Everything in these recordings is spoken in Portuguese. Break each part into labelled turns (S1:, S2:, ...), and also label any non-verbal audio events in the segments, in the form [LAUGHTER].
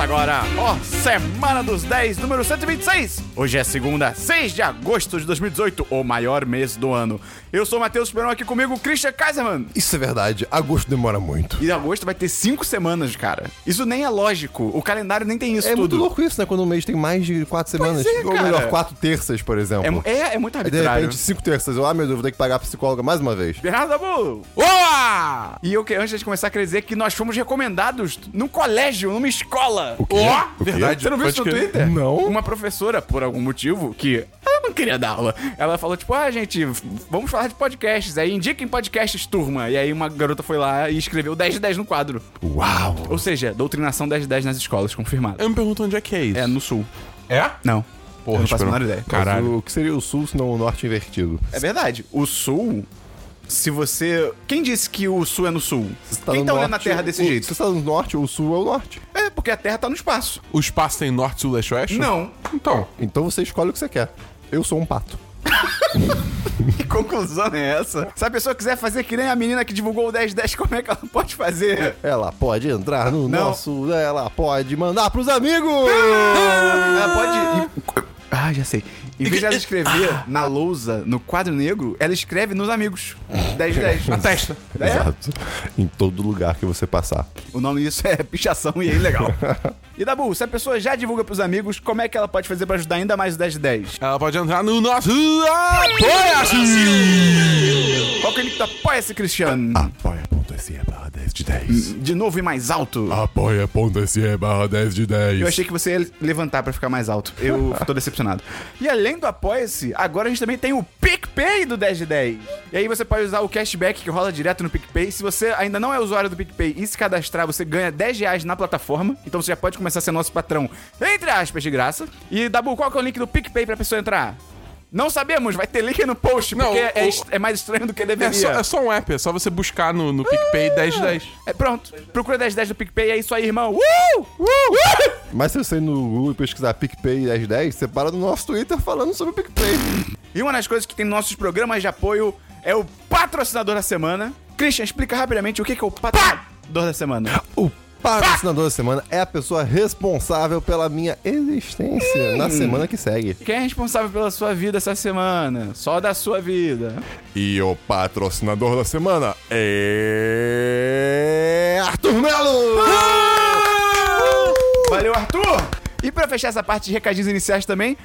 S1: agora, ó, Semana dos 10, número 126. Hoje é segunda, 6 de agosto de 2018, o maior mês do ano. Eu sou o Matheus Perão, aqui comigo, Christian Kaiserman.
S2: Isso é verdade, agosto demora muito.
S1: E agosto vai ter 5 semanas, cara. Isso nem é lógico, o calendário nem tem isso
S2: É muito
S1: tudo.
S2: louco isso, né? Quando um mês tem mais de quatro semanas.
S1: é,
S2: Ou
S1: cara.
S2: melhor, quatro terças, por exemplo.
S1: É mu- é, é muito
S2: Aí, de
S1: arbitrário.
S2: repente, cinco terças. Eu, ah, meu Deus, vou ter que pagar a psicóloga mais uma vez.
S1: Bernardo Dabu! Oa! E eu, que- antes de começar, queria dizer que nós fomos recomendados num colégio, numa escola.
S2: quê?
S1: Ó!
S2: O quê?
S1: Verdade. Você não viu isso no
S3: Pode crer.
S1: Twitter?
S2: Não.
S1: Uma professora, por algum motivo, que ela não queria dar aula, ela falou, tipo, ah, gente, f- vamos falar de podcasts. Aí indiquem podcasts, turma. E aí uma garota foi lá e escreveu 10 de 10 no quadro.
S2: Uau!
S1: Ou seja, doutrinação 10 de 10 nas escolas, confirmado.
S3: Eu me pergunto onde é que é isso.
S1: É, no sul.
S3: É?
S1: Não.
S3: Porra,
S1: eu não faço a
S3: Esperon.
S1: menor ideia.
S3: Caralho.
S2: Mas O que seria o sul se não o norte invertido?
S1: É verdade. O sul, se você. Quem disse que o sul é no sul?
S2: Você tá
S1: Quem
S2: no
S1: tá olhando
S2: norte,
S1: a Terra desse
S2: o-
S1: jeito?
S2: Se você tá no norte, o sul é o norte.
S1: É, porque a Terra tá no espaço.
S3: O espaço tem norte, sul, leste, oeste?
S1: Não.
S3: Então.
S2: Então você escolhe o que você quer. Eu sou um pato.
S1: Que conclusão é essa? Se a pessoa quiser fazer que nem a menina que divulgou o 1010, [LAUGHS] como é que ela pode fazer?
S2: Ela pode entrar no
S1: Não. Ah!
S2: nosso. Ela pode mandar pros amigos!
S1: Ela pode. Ah, já sei. Em vez de ela
S3: [LAUGHS] Ah.
S1: escrever na lousa, no quadro negro, ela escreve nos amigos. 1010.
S3: [LAUGHS] Na testa.
S1: É.
S2: Exato. Em todo lugar que você passar.
S1: O nome disso é pichação e é
S3: [LAUGHS]
S1: ilegal. E Dabu, se a pessoa já divulga pros amigos, como é que ela pode fazer pra ajudar ainda mais o 1010?
S3: Ela pode entrar no nosso apoia
S1: Qual que é o link do Apoia-se, Cristiano?
S3: Ah.
S2: Apoia.se barra 10 de 10.
S1: De novo e mais alto.
S2: Apoia.se barra 10 de 10.
S1: Eu achei que você ia levantar pra ficar mais alto.
S3: [LAUGHS]
S1: Eu tô decepcionado. E além do Apoia-se, agora a gente também tem o PicPay do 10 de 10. E aí você pode usar o cashback que rola direto no PicPay. Se você ainda não é usuário do PicPay e se cadastrar, você ganha 10 reais na plataforma. Então você já pode começar a ser nosso patrão, entre aspas, de graça. E, Dabu, qual que é o link do PicPay pra pessoa entrar? Não sabemos, vai ter link no post,
S3: Não,
S1: porque é,
S3: o-
S1: est- é mais estranho do que deveria.
S3: É só, é só um app, é só você buscar no, no PicPay 1010.
S1: É, pronto, procura 1010 do PicPay, é isso aí, irmão. Uh! Uh! Uh!
S2: Mas se você ir no Google e pesquisar PicPay 1010, você para no nosso Twitter falando sobre o PicPay.
S1: E uma das coisas que tem nos nossos programas de apoio é o patrocinador da semana. Christian, explica rapidamente o que que é o patrocinador da semana.
S2: O patrocinador da semana é a pessoa responsável pela minha existência na semana que segue.
S1: Quem é responsável pela sua vida essa semana? Só da sua vida.
S2: E o patrocinador da semana é. Arthur Melo!
S1: Valeu, Arthur! E pra fechar essa parte de recadinhos iniciais também,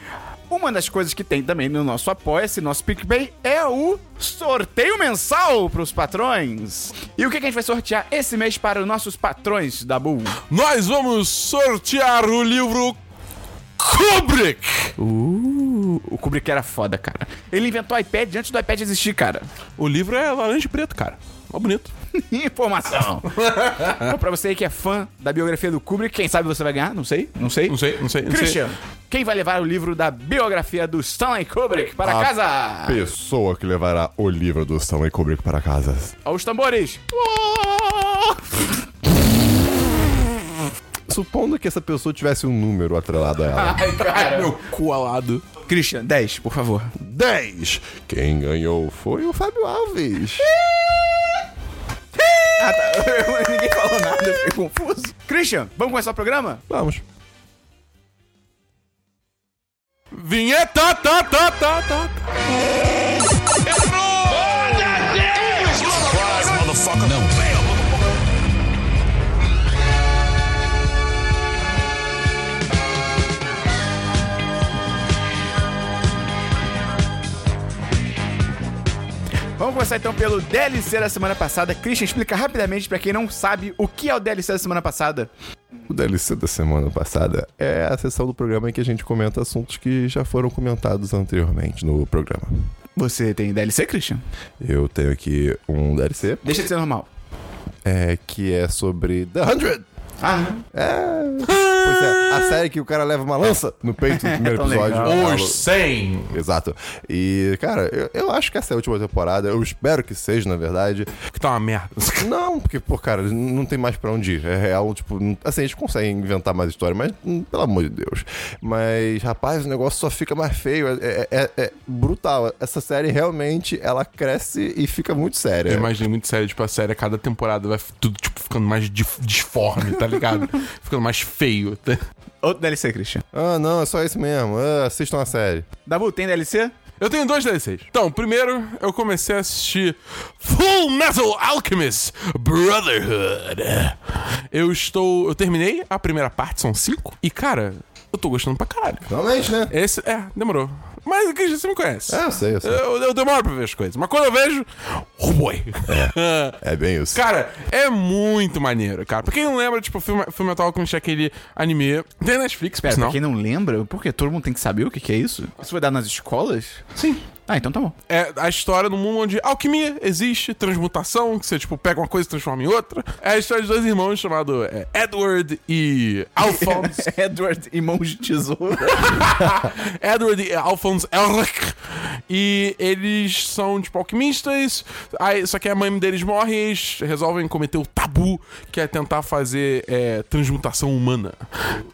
S1: uma das coisas que tem também no nosso Apoia-se, nosso PicPay, é o sorteio mensal pros patrões. E o que que a gente vai sortear esse mês para os nossos patrões da Bull?
S3: Nós vamos sortear o livro Kubrick!
S1: Uh, o Kubrick era foda, cara. Ele inventou o iPad antes do iPad existir, cara.
S3: O livro é laranja e preto, cara. Ó, bonito.
S1: Informação. [LAUGHS] então, pra você aí que é fã da biografia do Kubrick, quem sabe você vai ganhar? Não sei, não sei.
S3: Não sei, não sei. Não
S1: Christian, quem vai levar o livro da biografia do Stanley Kubrick para
S2: A
S1: casa?
S2: Pessoa que levará o livro do Stanley Kubrick para casa.
S1: Aos tambores.
S2: Supondo que essa pessoa tivesse um número atrelado a ela.
S1: Ai,
S3: sei.
S1: cara.
S3: Meu cu alado.
S1: Christian, 10, por favor.
S2: 10. Quem ganhou foi o Fábio Alves.
S1: Ah, tá. [LAUGHS] Ninguém falou nada, eu fiquei confuso. Christian, vamos começar o programa?
S2: Vamos.
S3: Vinheta, tá, tá, tá, tá.
S1: Vamos começar então pelo DLC da semana passada. Christian, explica rapidamente pra quem não sabe o que é o DLC da semana passada.
S2: O DLC da semana passada é a sessão do programa em que a gente comenta assuntos que já foram comentados anteriormente no programa.
S1: Você tem DLC, Christian?
S2: Eu tenho aqui um DLC
S1: Deixa de ser normal.
S2: é, que é sobre The Hundred.
S1: Ah, não.
S2: É. Pois é, a série que o cara leva uma lança no peito no
S1: [LAUGHS]
S2: primeiro
S1: Tão
S2: episódio.
S1: legal.
S2: Eu falo-
S3: Os 100.
S2: Exato. E, cara, eu, eu acho que essa é a última temporada. Eu espero que seja, na verdade.
S3: Que tá uma merda.
S2: Não, porque, pô, cara, n- não tem mais pra onde ir. É real, tipo, n- assim, eles conseguem inventar mais história, mas, hum, pelo amor de Deus. Mas, rapaz, o negócio só fica mais feio. É, é- é- é brutal. Essa série realmente, ela cresce e fica muito séria.
S3: Eu imaginei muito sério, tipo, a série, a cada temporada vai f- tudo, tipo, ficando mais dif- disforme,
S2: [LAUGHS]
S3: tá ligado? ficando mais feio. [LAUGHS] tá?
S1: Outro DLC, Christian.
S2: Ah, não, é só isso mesmo. Ah, assistam a série.
S1: Dabu, tem DLC?
S3: Eu tenho dois DLCs. Então, primeiro, eu comecei a assistir Full Metal Alchemist Brotherhood. Eu estou... Eu terminei a primeira parte, são cinco. E, cara, eu tô gostando pra caralho.
S2: Finalmente, né?
S3: Esse... É, demorou. Mas, Christian, você me conhece.
S2: É, eu sei, eu sei.
S3: Eu, eu demoro pra ver as coisas. Mas quando eu vejo... Oh, boy. [LAUGHS] Ah,
S2: É bem isso.
S3: Cara, é muito maneiro, cara. Pra quem não lembra, tipo, Full Full Metal Alchemist é aquele anime. Tem na Netflix, por
S1: Pera, É, pra
S3: sinal.
S1: quem não lembra, porque todo mundo tem que saber o que, que é isso? Isso foi dado nas escolas?
S3: Sim.
S1: Ah, então tá bom.
S3: É a história do mundo onde alquimia existe, transmutação, que você, tipo, pega uma coisa e transforma em outra. É a história de dois irmãos chamados é, Edward
S1: [LAUGHS]
S3: e Alphonse.
S1: Edward e mãos de tesoura.
S3: Edward e Alphonse Elric. E eles são, tipo, alquimistas. Aí, só que a mãe deles morre e eles resolvem cometer o tabu, que é tentar fazer é, transmutação humana.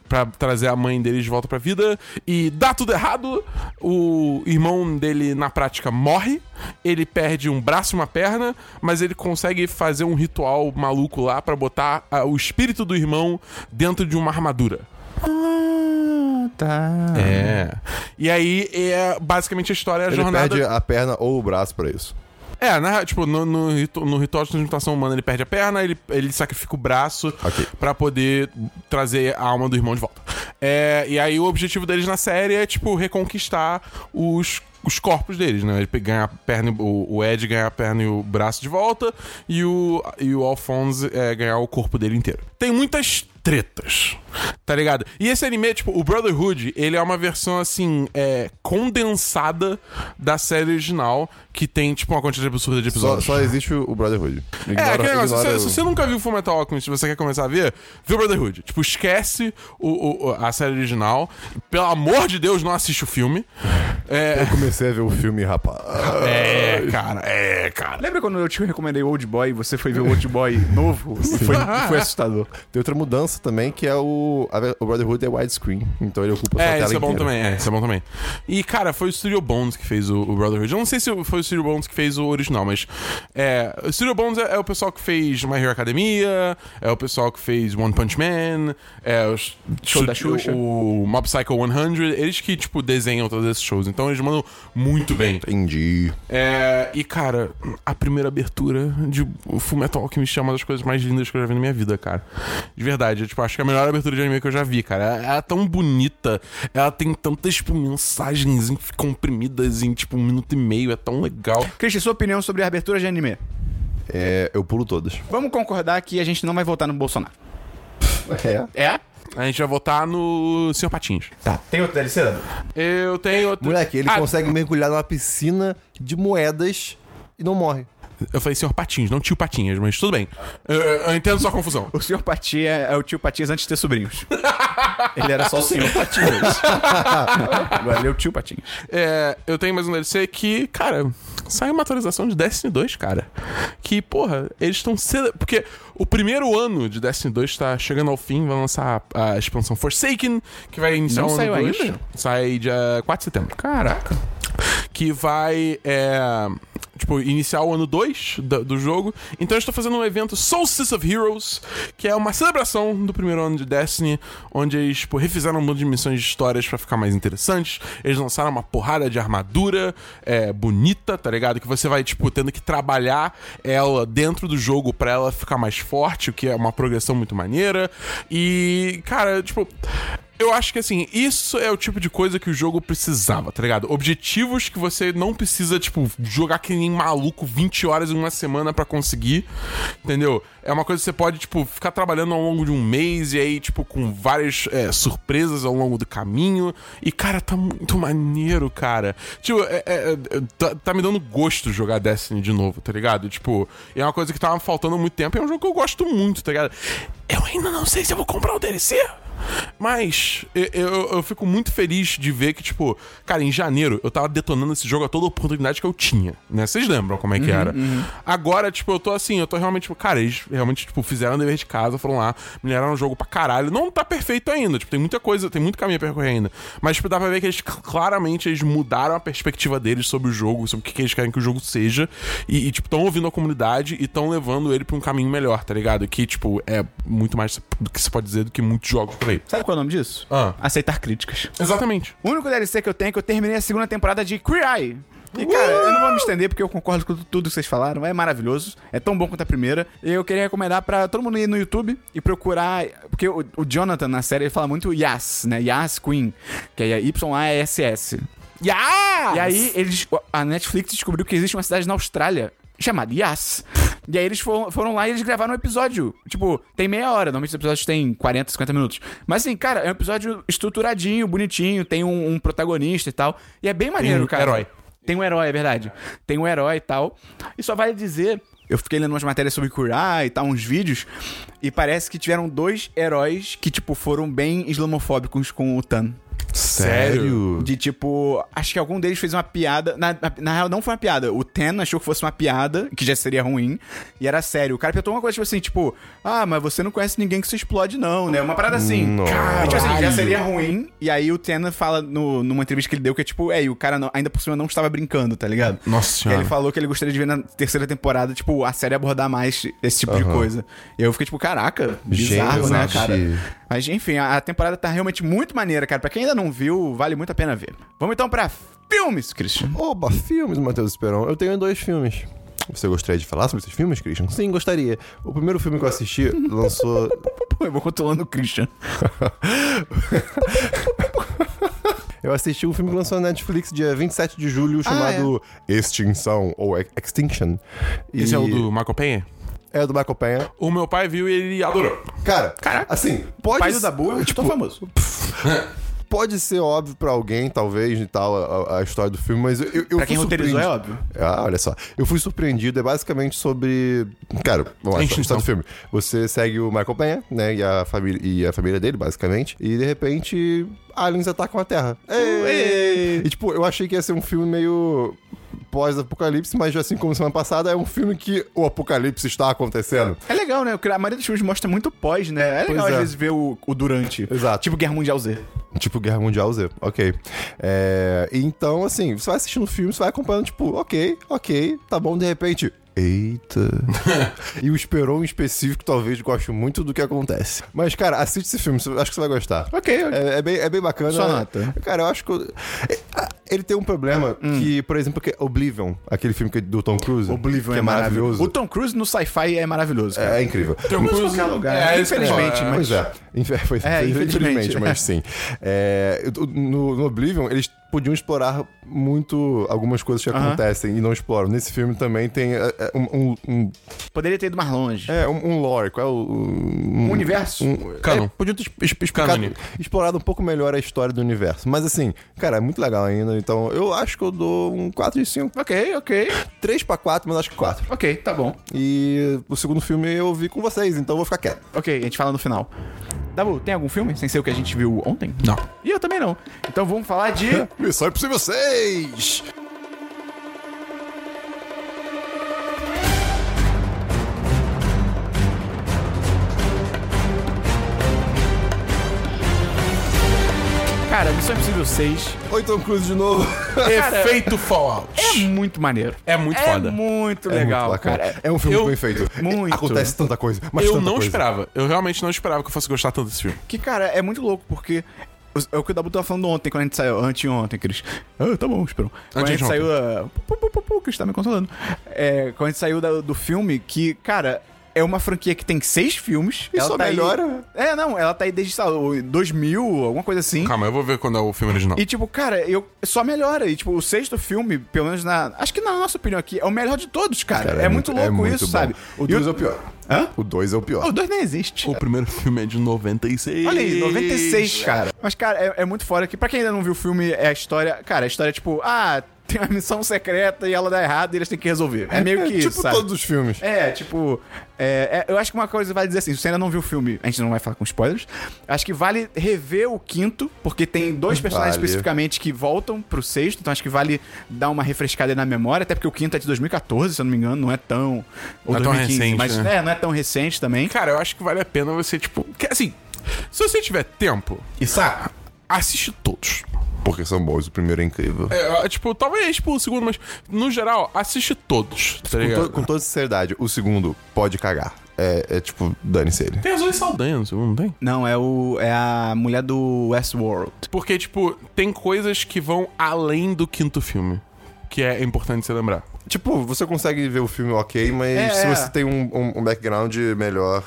S3: Pra trazer a mãe deles de volta pra vida. E dá tudo errado. O irmão dele, na prática, morre. Ele perde um braço e uma perna, mas ele consegue fazer um ritual maluco lá pra botar ah, o espírito do irmão dentro de uma armadura.
S1: ah, tá.
S3: É. E aí é basicamente a história, a
S2: Ele
S3: jornada.
S2: perde a perna ou o braço pra isso.
S3: É, na- tipo, no, no, ritu- no ritual de transmutação humana ele perde a perna, ele, ele sacrifica o braço
S2: Ok.
S3: pra poder trazer a alma do irmão de volta. É, e aí o objetivo deles na série é, tipo, reconquistar os. Os corpos deles, né? Ele pe- ganha a perna, e- o o Ed ganha a perna e o braço de volta, e o, e o Alphonse é, ganhar o corpo dele inteiro. Tem muitas tretas, tá ligado? E esse anime, tipo, o Brotherhood, ele é uma versão, assim, é, condensada da série original, que tem, tipo, uma quantidade absurda de
S2: Só,
S3: episódios.
S2: só existe o Brotherhood.
S3: É, aquele negócio, se,
S2: ignora
S3: se
S2: o-
S3: você nunca viu Fullmetal Alchemist e você quer começar a ver, vê o Brotherhood. Tipo, esquece o, o- o- a série original. Pelo amor de Deus, não assiste o filme. É,
S2: Eu comecei a ver o filme, rapaz.
S3: é [LAUGHS] cara, é, cara.
S1: Lembra quando eu te recomendei Old Boy e você foi ver o Old Boy [LAUGHS] novo? E foi, e foi assustador.
S2: Tem outra mudança também, que é o. a ver- o Brotherhood é widescreen, então ele ocupa sua
S3: É,
S2: tela
S3: isso é bom
S2: inteira.
S3: também, é, isso é bom também. E, cara, foi o Studio Bones que fez o, o Brotherhood. Eu não sei se foi o Studio Bones que fez o original, mas... É, o Studio Bones é, é o pessoal que fez My Hero Academia, é o pessoal que fez One Punch Man, é o...
S1: Show da Xuxa.
S3: O Mob Psycho 100, eles que, tipo, desenham todos esses shows. Então eles mandam muito bem.
S2: Entendi.
S3: É, e, cara, a primeira abertura de Fullmetal Alchemist é uma das coisas mais lindas que eu já vi na minha vida, cara. De verdade, eu, tipo, acho que é a melhor abertura de anime que eu já vi, cara. Ela, ela é tão bonita, ela tem tantas, tipo, mensagens em- comprimidas em, tipo, um minuto e meio, é tão legal.
S1: Christian, sua opinião sobre a abertura de anime?
S2: É, eu pulo todas.
S1: Vamos concordar que a gente não vai votar no Bolsonaro.
S2: É.
S1: É?
S3: A gente vai votar no Sr. Patinhos.
S1: Tá. Tem outro DLC? Dabu?
S3: Eu tenho outro...
S2: Moleque, ele
S3: Ah,
S2: consegue mergulhar numa piscina de moedas e não morre.
S3: Eu falei Sr. Patinhos, não tio Patinhas, mas tudo bem. Eu, eu entendo sua confusão.
S1: O senhor Patia é o tio Patias antes de ter [LAUGHS] sobrinhos. Ele era só o senhor [LAUGHS] Patias. Agora ele é o tio Patinhas.
S3: É, eu tenho mais um DLC que, cara, saiu uma atualização de Destiny 2, cara. Que, porra, eles estão cedo. Porque o primeiro ano de Destiny 2 tá chegando ao fim, vai lançar a, a expansão Forsaken, que vai iniciar
S1: Não
S3: o ano
S1: saiu
S3: dois.
S1: ainda?
S3: Sai dia 4 de setembro. Caraca. Que vai. é, Tipo, iniciar o ano 2 do, do jogo. Então eu estou fazendo um evento Solstice of Heroes, que é uma celebração do primeiro ano de Destiny, onde eles tipo, refizeram um monte de missões de histórias pra ficar mais interessantes. Eles lançaram uma porrada de armadura é, bonita, tá ligado? Que você vai, tipo, tendo que trabalhar ela dentro do jogo pra ela ficar mais forte, o que é uma progressão muito maneira. E, cara, tipo. Eu acho que assim, isso é o tipo de coisa que o jogo precisava, tá ligado? Objetivos que você não precisa, tipo, jogar que nem maluco 20 horas em uma semana pra conseguir, entendeu? É uma coisa que você pode, tipo, ficar trabalhando ao longo de um mês e aí, tipo, com várias é, surpresas ao longo do caminho. E, cara, tá muito maneiro, cara. Tipo, é- é- é- tá, tá me dando gosto jogar Destiny de novo, tá ligado? Tipo, é uma coisa que tava faltando há muito tempo e é um jogo que eu gosto muito, tá ligado? Eu ainda não sei se eu vou comprar o DLC. Mas eu, eu, eu fico muito feliz de ver que, tipo, cara, em janeiro eu tava detonando esse jogo a toda oportunidade que eu tinha, né? Vocês lembram como é que era? Agora, tipo, eu tô assim, eu tô realmente, tipo, cara, eles realmente, tipo, fizeram o dever de casa, foram lá, melhoraram o jogo pra caralho. Não tá perfeito ainda, tipo, tem muita coisa, tem muito caminho a percorrer ainda. Mas, tipo, dá pra ver que eles cl- claramente eles mudaram a perspectiva deles sobre o jogo, sobre o que, que eles querem que o jogo seja. E, e, tipo, tão ouvindo a comunidade e tão levando ele pra um caminho melhor, tá ligado? Que, tipo, é muito mais do que se pode dizer do que muitos jogos por aí.
S1: Sabe qual é o nome disso?
S3: Ah.
S1: Aceitar críticas.
S3: Exatamente.
S1: O único DLC que eu tenho é que eu terminei a segunda temporada de Queer Eye. E, cara, eu não vou me estender porque eu concordo com tudo que vocês falaram. É maravilhoso. É tão bom quanto a primeira. E eu queria recomendar pra todo mundo ir no YouTube e procurar. Porque o, o Jonathan na série ele fala muito Yas, né? Yas Queen. Que é Y-A-S-S.
S3: Yeah!
S1: E aí eles. A Netflix descobriu que existe uma cidade na Austrália chamada Yas. E aí eles foram, foram lá e eles gravaram um episódio. Tipo, tem meia hora. Normalmente os episódios têm 40, 50 minutos. Mas assim, cara, é um episódio estruturadinho, bonitinho, tem um, um protagonista e tal. E é bem maneiro,
S3: um
S1: cara.
S3: herói.
S1: Tem um herói, é verdade. Tem um herói e tal. E só vale dizer. Eu fiquei lendo umas matérias sobre curar e tal, uns vídeos. E parece que tiveram dois heróis que, tipo, foram bem islamofóbicos com o Tan. De tipo, acho que algum deles fez uma piada. Na, na, na real, não foi uma piada. O Ten achou que fosse uma piada, que já seria ruim. E era sério. O cara perguntou uma coisa tipo assim, tipo, ah, mas você não conhece ninguém que se explode, não, né? Uma parada assim.
S2: Nossa.
S1: E, tipo assim, já
S3: Caralho.
S1: seria ruim. E aí o Ten fala no, numa entrevista que ele deu que é tipo, é, e o cara não- ainda por cima não estava brincando, tá ligado?
S3: Nossa
S1: E aí
S3: senhora.
S1: ele falou que ele gostaria de ver na terceira temporada, tipo, a série abordar mais esse tipo de coisa. E eu fiquei tipo, caraca, bizarro, né,
S2: Gente.
S1: cara? Mas enfim, a a temporada tá realmente muito maneira, cara. Pra quem ainda não viu, vale muito a pena ver. Vamos então pra filmes, Christian. [LAUGHS]
S2: Oba, filmes, Matheus Esperon. Eu tenho dois filmes. Você gostaria de falar sobre esses filmes, Christian? Sim, gostaria. O primeiro filme que eu assisti lançou.
S1: Eu vou controlando o Christian.
S2: Eu assisti um filme que lançou na Netflix dia 27 de
S3: Ah,
S2: julho chamado
S3: é.
S2: Extinção ou Ex- Extinction. E
S3: Esse é o do Michael Penha?
S2: É o do Michael Penha.
S3: O meu pai viu e ele adorou.
S2: Cara,
S1: Caraca.
S2: assim, pode
S1: Pai do
S2: ser-
S1: Dabu, Tipo- eu tô famoso.
S2: pode ser óbvio pra alguém, talvez, e tal, a, a- a história do filme, mas eu, eu
S1: Pra quem
S2: fui
S1: roteirizou, é
S2: surpreendi-
S1: óbvio.
S2: Ah, olha só. Eu fui surpreendido, é basicamente sobre. Cara, vamos lá, a
S3: Extinção.
S2: história do filme. Você segue o Michael Penha, né? E a família, e a família dele, basicamente. E de repente, aliens atacam a Terra. Ei! E tipo, eu achei que ia ser um filme meio. Pós-apocalipse, mas assim como semana passada, é um filme que o apocalipse está acontecendo.
S1: É legal, né? A maioria dos filmes mostra muito pós, né? É legal
S2: Pois
S1: às
S2: é.
S1: vezes ver o, o durante.
S2: Exato.
S1: Tipo Guerra Mundial Z.
S2: Tipo Guerra Mundial Z, ok. É, então, assim, você vai assistindo o filme, você vai acompanhando, tipo, ok, ok, tá bom, de repente. Eita. e o Esperon em específico, talvez goste muito do que acontece. Mas, cara, assiste esse filme, você- acho que você vai gostar.
S1: Ok, ok.
S2: É, é bem, é bem bacana.
S1: Sua nota.
S2: Cara, eu acho que. eu- é, ah, Ele tem um problema que, por exemplo, que é Oblivion, aquele filme que é do Tom Cruise.
S1: é
S2: que
S1: O Tom Cruise no sci-fi é maravilhoso. cara.
S2: É, é incrível.
S3: Tom
S1: Mas
S3: Cruise-
S1: qualquer lugar,
S3: É, isso que eu ia falar.
S1: infelizmente,
S3: É,
S1: mas-
S2: Pois é. Infe- pois-
S1: É, infelizmente.
S2: infelizmente, mas sim. É, eu- no, no Oblivion, eles podiam explorar muito algumas coisas que
S1: Aham.
S2: acontecem e não exploram. Nesse filme também tem é, é, um, um- um-
S1: Poderia ter ido mais longe.
S2: é, um- um lore. Qual é o. Um,
S1: Um universo?
S2: um-
S3: Canon.
S2: é, podiam ter es- explicado-
S3: Cânone.
S2: explorado um pouco melhor a história do universo. Mas assim, cara, é muito legal ainda. Então eu acho que eu dou um 4 de 5.
S1: Ok, ok.
S2: 3 pra 4, mas acho que 4.
S1: Ok, tá bom.
S2: E o segundo filme eu vi com vocês, então eu vou ficar quieto.
S1: Ok, a gente fala no final. Dabu, tem algum filme sem ser o que a gente viu ontem?
S3: Não.
S1: E eu também não. Então vamos falar de.
S2: Missão
S1: é
S2: Impossível 6!
S1: Cara, Missão Impossível 6
S2: Oi, Tom Cruise de novo.
S3: Efeito Fallout.
S1: é muito maneiro.
S3: É muito foda.
S1: muito
S2: É
S1: legal,
S2: muito bacana.
S1: cara.
S2: É um filme
S3: Eu-
S2: muito bem feito.
S1: Muito.
S2: Acontece tanta coisa. Mas
S3: Eu
S2: tanta
S3: não
S2: coisa.
S3: esperava. Eu realmente não esperava que eu fosse gostar tanto desse filme.
S1: Que, cara, é muito louco, porque. É o que o Dabu tava falando ontem, quando a gente saiu. Anteontem, Cris. Ah, tá bom, Esperão. Quando a gente
S3: Anteontem.
S1: saiu. ah, Pu, pu, pu, pu, Cris tá me controlando. É, quando a gente saiu da- do filme, que, cara. É uma franquia que tem seis filmes
S2: E só
S1: tá aí-
S2: melhora.
S1: É, não, ela tá aí desde, sei lá, o 2000, alguma coisa assim.
S3: Calma, eu vou ver quando é o filme original.
S1: E, tipo, cara, eu só melhora. E, tipo, o sexto filme, pelo menos na. Acho que na nossa opinião aqui, é o melhor de todos, cara. é, muito louco isso,
S2: bom.
S1: sabe?
S2: O
S1: E
S2: 2 é o pior.
S1: Hã?
S2: O 2 é o pior.
S1: O 2 nem existe.
S3: O primeiro filme é de 96.
S1: Olha aí, 96, cara. Mas, cara, é, é muito fora que, pra quem ainda não viu o filme, é a história. Cara, a história é tipo, ah, [LAUGHS] tem uma missão secreta e ela dá errado e eles têm que resolver. É meio [LAUGHS] que isso.
S2: tipo
S1: sabe?
S2: todos os filmes.
S1: É, tipo. é, é, eu acho que uma coisa vale dizer assim: se você ainda não viu o filme, a gente não vai falar com spoilers. Acho que vale rever o quinto, porque tem
S3: [LAUGHS]
S1: dois personagens
S2: Vale.
S1: especificamente que voltam pro sexto, então acho que vale dar uma refrescada na memória, até porque o quinto é de 2014, se eu não me engano, não é tão. Ou
S3: Não é tão
S1: 2015,
S3: recente,
S1: mas
S3: né?
S1: é, não é tão recente também.
S3: Cara, eu acho que vale a pena você, tipo. que, assim, se você tiver tempo,
S1: E saca?
S3: assiste todos.
S2: Porque são bons, o primeiro é incrível.
S3: É, tipo, talvez tipo, o segundo, mas no geral, assiste todos, tá
S2: Com,
S3: ligado?
S2: to- com toda sinceridade, o segundo pode cagar. É, é tipo, dane-se ele.
S3: Tem a Zoe Saldanha no segundo, não tem?
S1: Não, é, o, é a mulher do Westworld.
S3: Porque, tipo, tem coisas que vão além do quinto filme. Que é importante você lembrar.
S2: Tipo, você consegue ver o filme ok, mas
S1: É,
S2: se
S1: é.
S2: você tem um, um- um background melhor,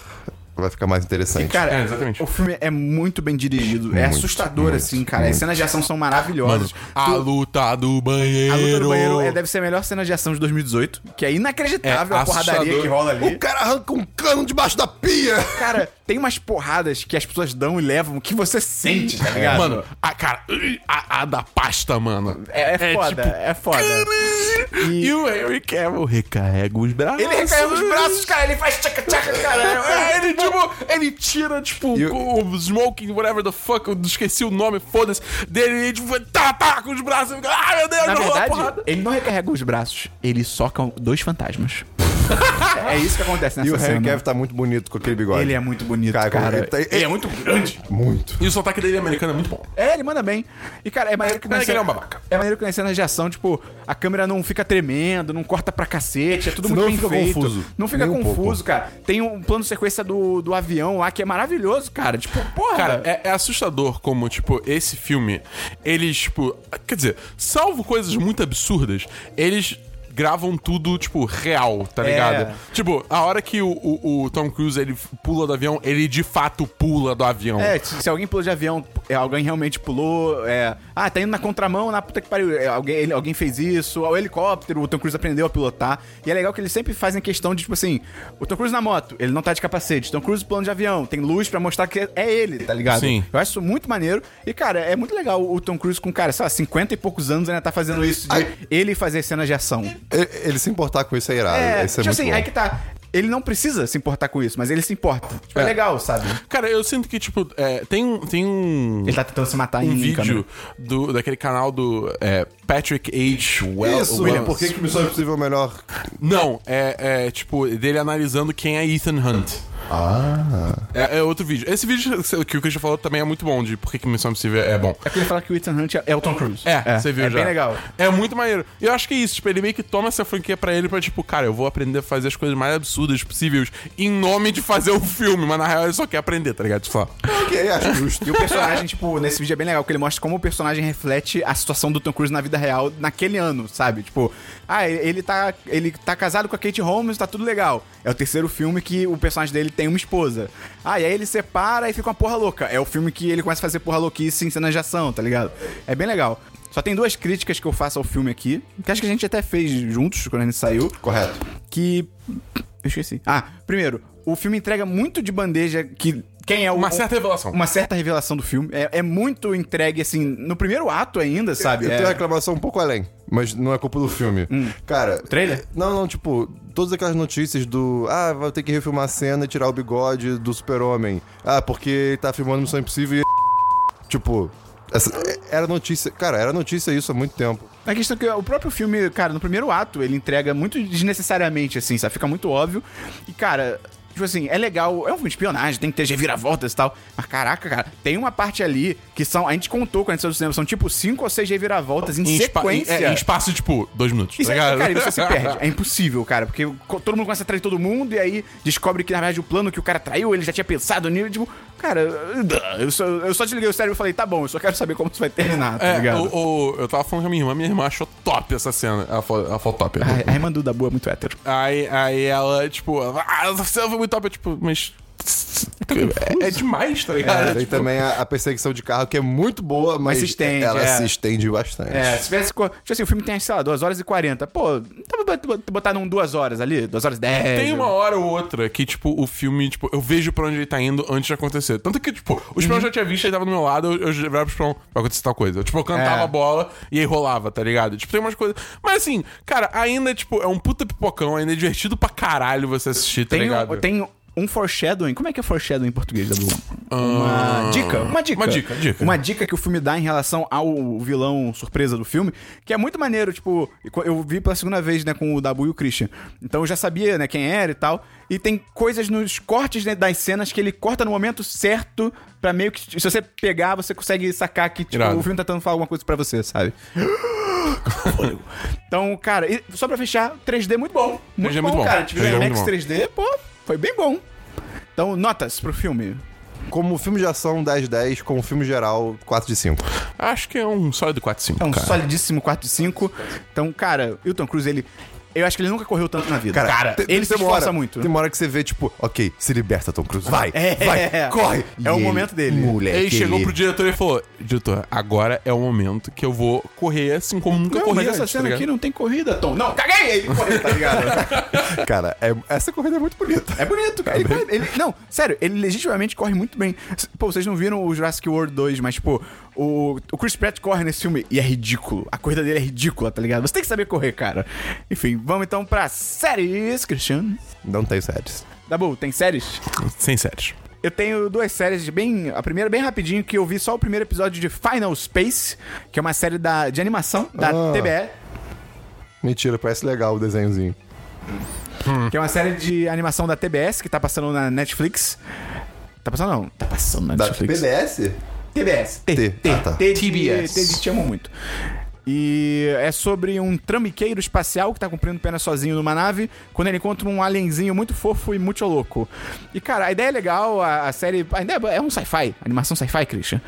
S2: vai ficar mais interessante.
S1: Cara,
S3: É, exatamente.
S1: o filme é muito bem dirigido. é
S2: Muito,
S1: assustador,
S2: muito,
S1: assim, cara. As cenas de ação são
S3: Mano,
S1: maravilhosas.
S3: a
S1: Tu-
S3: luta do banheiro.
S1: A luta do banheiro é, deve ser a melhor cena de ação de 2018, que é inacreditável
S3: É
S1: a porradaria
S3: assustador.
S1: que rola
S2: o [LAUGHS]
S1: ali.
S2: cara arranca um cano debaixo da pia!
S1: Cara, tem umas porradas que as pessoas dão e levam que você sente,
S2: É.
S1: tá ligado?
S3: Mano, a cara. A, a da pasta, mano.
S1: é, é foda,
S3: tipo,
S1: é foda.
S3: E o Henry Cavill recarrega os braços.
S1: Ele recarrega os braços, cara, ele faz tchaca-tchaca, [LAUGHS] cara.
S3: É, ele, tipo, ele tira, tipo,
S2: E o-
S3: o smoking, whatever the fuck, eu esqueci o nome, foda-se, dele, e, tipo, tá, tá, com os braços, e fica, ai meu Deus,
S1: Na
S3: não rola
S1: verdade,
S3: porrada.
S1: ele não recarrega os braços, ele soca dois fantasmas. é isso que acontece nessa
S2: E o
S1: cena.
S2: Harry Cavill tá muito bonito com aquele bigode.
S1: Ele é muito bonito,
S2: Cara,
S1: cara.
S2: ele tá-
S1: ele é muito grande.
S2: muito.
S3: E o sotaque dele americano é muito bom.
S1: É, ele manda bem. E, cara, é maneiro que
S3: Mas
S1: nas
S3: é que ele é um
S1: cenas-
S3: babaca.
S1: É maneiro que nas cenas de ação, tipo, a câmera não fica tremendo, não corta pra cacete, é tudo
S2: Senão
S1: muito bem
S2: fica
S1: feito.
S2: confuso.
S1: Não fica
S2: Nem um
S1: confuso, cara. Tem um plano de sequência do, do avião lá que é maravilhoso, cara. Tipo, porra.
S3: Cara, é, é assustador como, tipo, esse filme, eles, tipo, quer dizer, salvo coisas muito absurdas, eles gravam tudo, tipo, real, tá
S1: É.
S3: ligado? Tipo, a hora que o, o- o Tom Cruise, ele pula do avião, ele de fato pula do avião.
S1: É, se se alguém pulou de avião, é, alguém realmente pulou, é, ah, tá indo na contramão, na puta que pariu, é, alguém, ele- alguém fez isso, o helicóptero, o Tom Cruise aprendeu a pilotar, e é legal que eles sempre fazem questão de, tipo assim, o Tom Cruise na moto, ele não tá de capacete, Tom Cruise plano de avião, tem luz pra mostrar que é- é ele, tá ligado?
S3: Sim.
S1: Eu acho isso muito maneiro, e cara, é muito legal o Tom Cruise com, cara, sei lá, 50 e poucos anos ainda tá fazendo isso de
S2: Ai.
S1: ele fazer cenas de ação.
S2: Ele, ele se importar com isso é irado.
S1: É,
S2: isso
S1: tipo
S2: é muito
S1: assim,
S2: bom.
S1: aí que tá... Ele não precisa se importar com isso, mas ele se importa. Tipo, é,
S3: É.
S1: legal, sabe?
S3: Cara, eu sinto que, tipo, é, tem, um- tem um...
S1: Ele tá tentando se matar em né?
S3: um
S1: câmera.
S3: vídeo do, daquele canal do é, Patrick H. Well,
S2: Isso,
S3: Williams.
S2: mano, É, por que, que Missão Impossível é o melhor?
S3: Não, é, é, tipo dele analisando quem é Ethan Hunt.
S2: Ah.
S3: É, é outro vídeo. Esse vídeo que o Christian falou também é muito bom, de por que que Missão Impossível é bom.
S1: É porque ele fala que o Ethan Hunt é o Tom Cruise.
S3: É, você viu
S1: é
S3: já.
S1: bem legal.
S3: É muito maneiro. E eu acho que é isso, tipo, ele meio que toma essa franquia pra ele pra, tipo, cara, eu vou aprender a fazer as coisas mais absurdas possíveis em nome de fazer um filme, mas na real ele só quer aprender, tá ligado? Tipo,
S2: Ok, acho justo.
S1: E o personagem, tipo, nesse vídeo é bem legal, porque ele mostra como o personagem reflete a situação do Tom Cruise na vida real naquele ano, sabe? Tipo, ah, ele- ele tá, ele tá casado com a Kate Holmes, tá tudo legal. É o terceiro filme que o personagem dele tem uma esposa. Ah, e aí ele separa e fica uma porra louca. É o filme que ele começa a fazer porra louquice em cenas de ação, tá ligado? É bem legal. Só tem duas críticas que eu faço ao filme aqui, que acho que a gente até fez juntos quando a gente saiu.
S2: Correto.
S1: que. Eu esqueci. Ah, primeiro, o filme entrega muito de bandeja que. Quem é o.
S3: uma certa revelação.
S1: Uma certa revelação do filme. É, é muito entregue, assim, no primeiro ato ainda, sabe?
S2: Eu
S1: É. Hum.
S2: tenho uma reclamação um pouco além, mas não é culpa do filme. Cara.
S1: Trailer?
S2: Não, não, tipo, todas aquelas notícias do. Ah, vai ter que refilmar a cena e tirar o bigode do super-homem. Ah, porque ele tá filmando Missão Impossível e. [LAUGHS] Tipo. essa- é, era notícia. Cara, era notícia isso há muito tempo.
S1: A questão é que o próprio filme, cara, no primeiro ato, ele entrega muito desnecessariamente, assim, sabe? Fica muito óbvio. E, cara, tipo assim, é legal, é um filme de espionagem, tem que ter reviravoltas e tal. Mas, caraca, cara, tem uma parte ali que são. A gente contou quando a gente saiu do cinema, são tipo cinco ou seis reviravoltas em,
S3: Em, espa- em-
S1: sequência.
S3: é, em espaço, tipo, dois minutos.
S1: Isso
S3: tá
S1: é,
S3: ligado?
S1: cara, e você se [LAUGHS]
S3: [LAUGHS]
S1: perde. É impossível, cara, porque co- todo mundo começa a trair todo mundo e aí descobre que, na verdade, o plano que o cara traiu, ele já tinha pensado nele. Tipo, cara, eu só, eu só desliguei o cérebro e falei, tá bom, eu só quero saber como isso vai terminar, tá
S3: É,
S1: ligado?
S3: o, o- eu tava falando com a minha irmã, minha irmã achou top essa cena. Ela falou, ela falou top. né?
S1: Ai, A irmã do Dabu é muito hétero.
S3: Aí, aí ela, tipo, ela, ah, essa cena foi muito top. Eu, tipo, mas
S1: Tá
S3: É, é demais, tá ligado?
S2: É,
S3: Tipo,
S2: tem também a, a perseguição de carro, que é muito boa, mas,
S1: se estende,
S2: ela
S1: é.
S2: se estende bastante.
S1: É, se tivesse. co- Tipo assim, o filme tem, sei lá, 2 horas e 40. Pô, tava bot- botar num 2 horas ali, 2 horas e 10.
S3: Tem uma hora ou outra que, tipo, o filme, tipo, eu vejo pra onde ele tá indo antes de acontecer. Tanto que, tipo, o
S1: Uhum.
S3: Esperão já tinha visto, ele tava do meu lado, eu, eu já virava pro Esperão, vai acontecer tal coisa. Eu, tipo, eu cantava
S1: É.
S3: a bola e aí rolava, tá ligado? Tipo, tem umas coisas. Mas assim, cara, ainda, tipo, é um puta pipocão, ainda é divertido pra caralho você assistir, tá
S1: Tem,
S3: ligado?
S1: um, tem um foreshadowing. Como é que é foreshadowing em português, Dabu? Uma dica, uma dica.
S3: Ah, Uma dica, dica.
S1: Uma dica que o filme dá em relação ao vilão surpresa do filme, que é muito maneiro, tipo, eu vi pela segunda vez, né, com o Dabu e o Christian. Então eu já sabia, né, quem era e tal. E tem coisas nos cortes né, das cenas que ele corta no momento certo pra meio que. Se você pegar, você consegue sacar que, tipo,
S3: Irado.
S1: o filme tá tentando falar alguma coisa pra você, sabe? Então, cara, e só pra fechar, 3D muito bom. Muito
S3: 3D é
S1: bom,
S3: muito bom.
S1: cara. Tive
S3: 3D é
S1: o
S3: muito
S1: IMAX
S3: bom.
S1: 3D, pô, foi bem bom. Então, notas pro filme.
S2: Como filme de ação 10-10, como filme geral 4 de 5.
S3: Acho que é um sólido 4-5.
S1: É um
S3: cara.
S1: solidíssimo 4 de 5. Então, cara, o Tom Cruise, ele... Eu acho que ele nunca correu tanto na vida.
S2: te-
S1: ele se
S2: tem uma hora-
S1: esforça muito.
S2: Tem uma hora que você vê, tipo, ok, se liberta, Tom Cruise. Vai,
S1: É.
S2: vai, corre.
S1: É
S2: E
S1: o
S2: ele,
S1: momento dele.
S2: Moleque,
S3: Ele chegou
S2: ele-
S3: pro diretor e falou: Diretor, agora é o momento que eu vou correr assim como nunca
S1: Não,
S3: corri.
S1: mas
S3: antes,
S1: essa
S3: tá
S1: cena
S3: ligado? [LAUGHS]
S1: aqui não tem corrida, Tom. Não, caguei! Ele correu, tá ligado?
S2: [LAUGHS] Cara, é- essa corrida é muito bonita.
S1: É bonito, cara. Ele, corre- ele- não, sério, ele legitimamente corre muito bem. S- Pô, vocês não viram o Jurassic World 2, mas, pô, o, o Chris Pratt corre nesse filme e é ridículo. A corrida dele é ridícula, tá ligado? Você tem que saber correr, cara. Enfim, vamos então pra séries, Cristiano.
S2: Não tem séries.
S1: Dabu, tem séries?
S3: Sem séries.
S1: Eu tenho duas séries de bem. A primeira, bem rapidinho, que eu vi só o primeiro episódio de Final Space, que é uma série da, de animação da
S2: Ah.
S1: TBE.
S2: Mentira, parece legal o desenhozinho.
S1: Que é uma série de animação da TBS que tá passando na Netflix. Tá passando não? Tá passando na Netflix.
S2: PBS?
S1: TBS. T,
S2: T.
S1: T,
S2: Ah, tá.
S1: T de-
S3: TBS.
S1: T de te amo muito. E é sobre um trambiqueiro espacial que tá cumprindo pena sozinho numa nave, quando ele encontra um alienzinho muito fofo e muito louco. E cara, a ideia é legal, a, a série ainda é, é um sci-fi, animação sci-fi, Christian.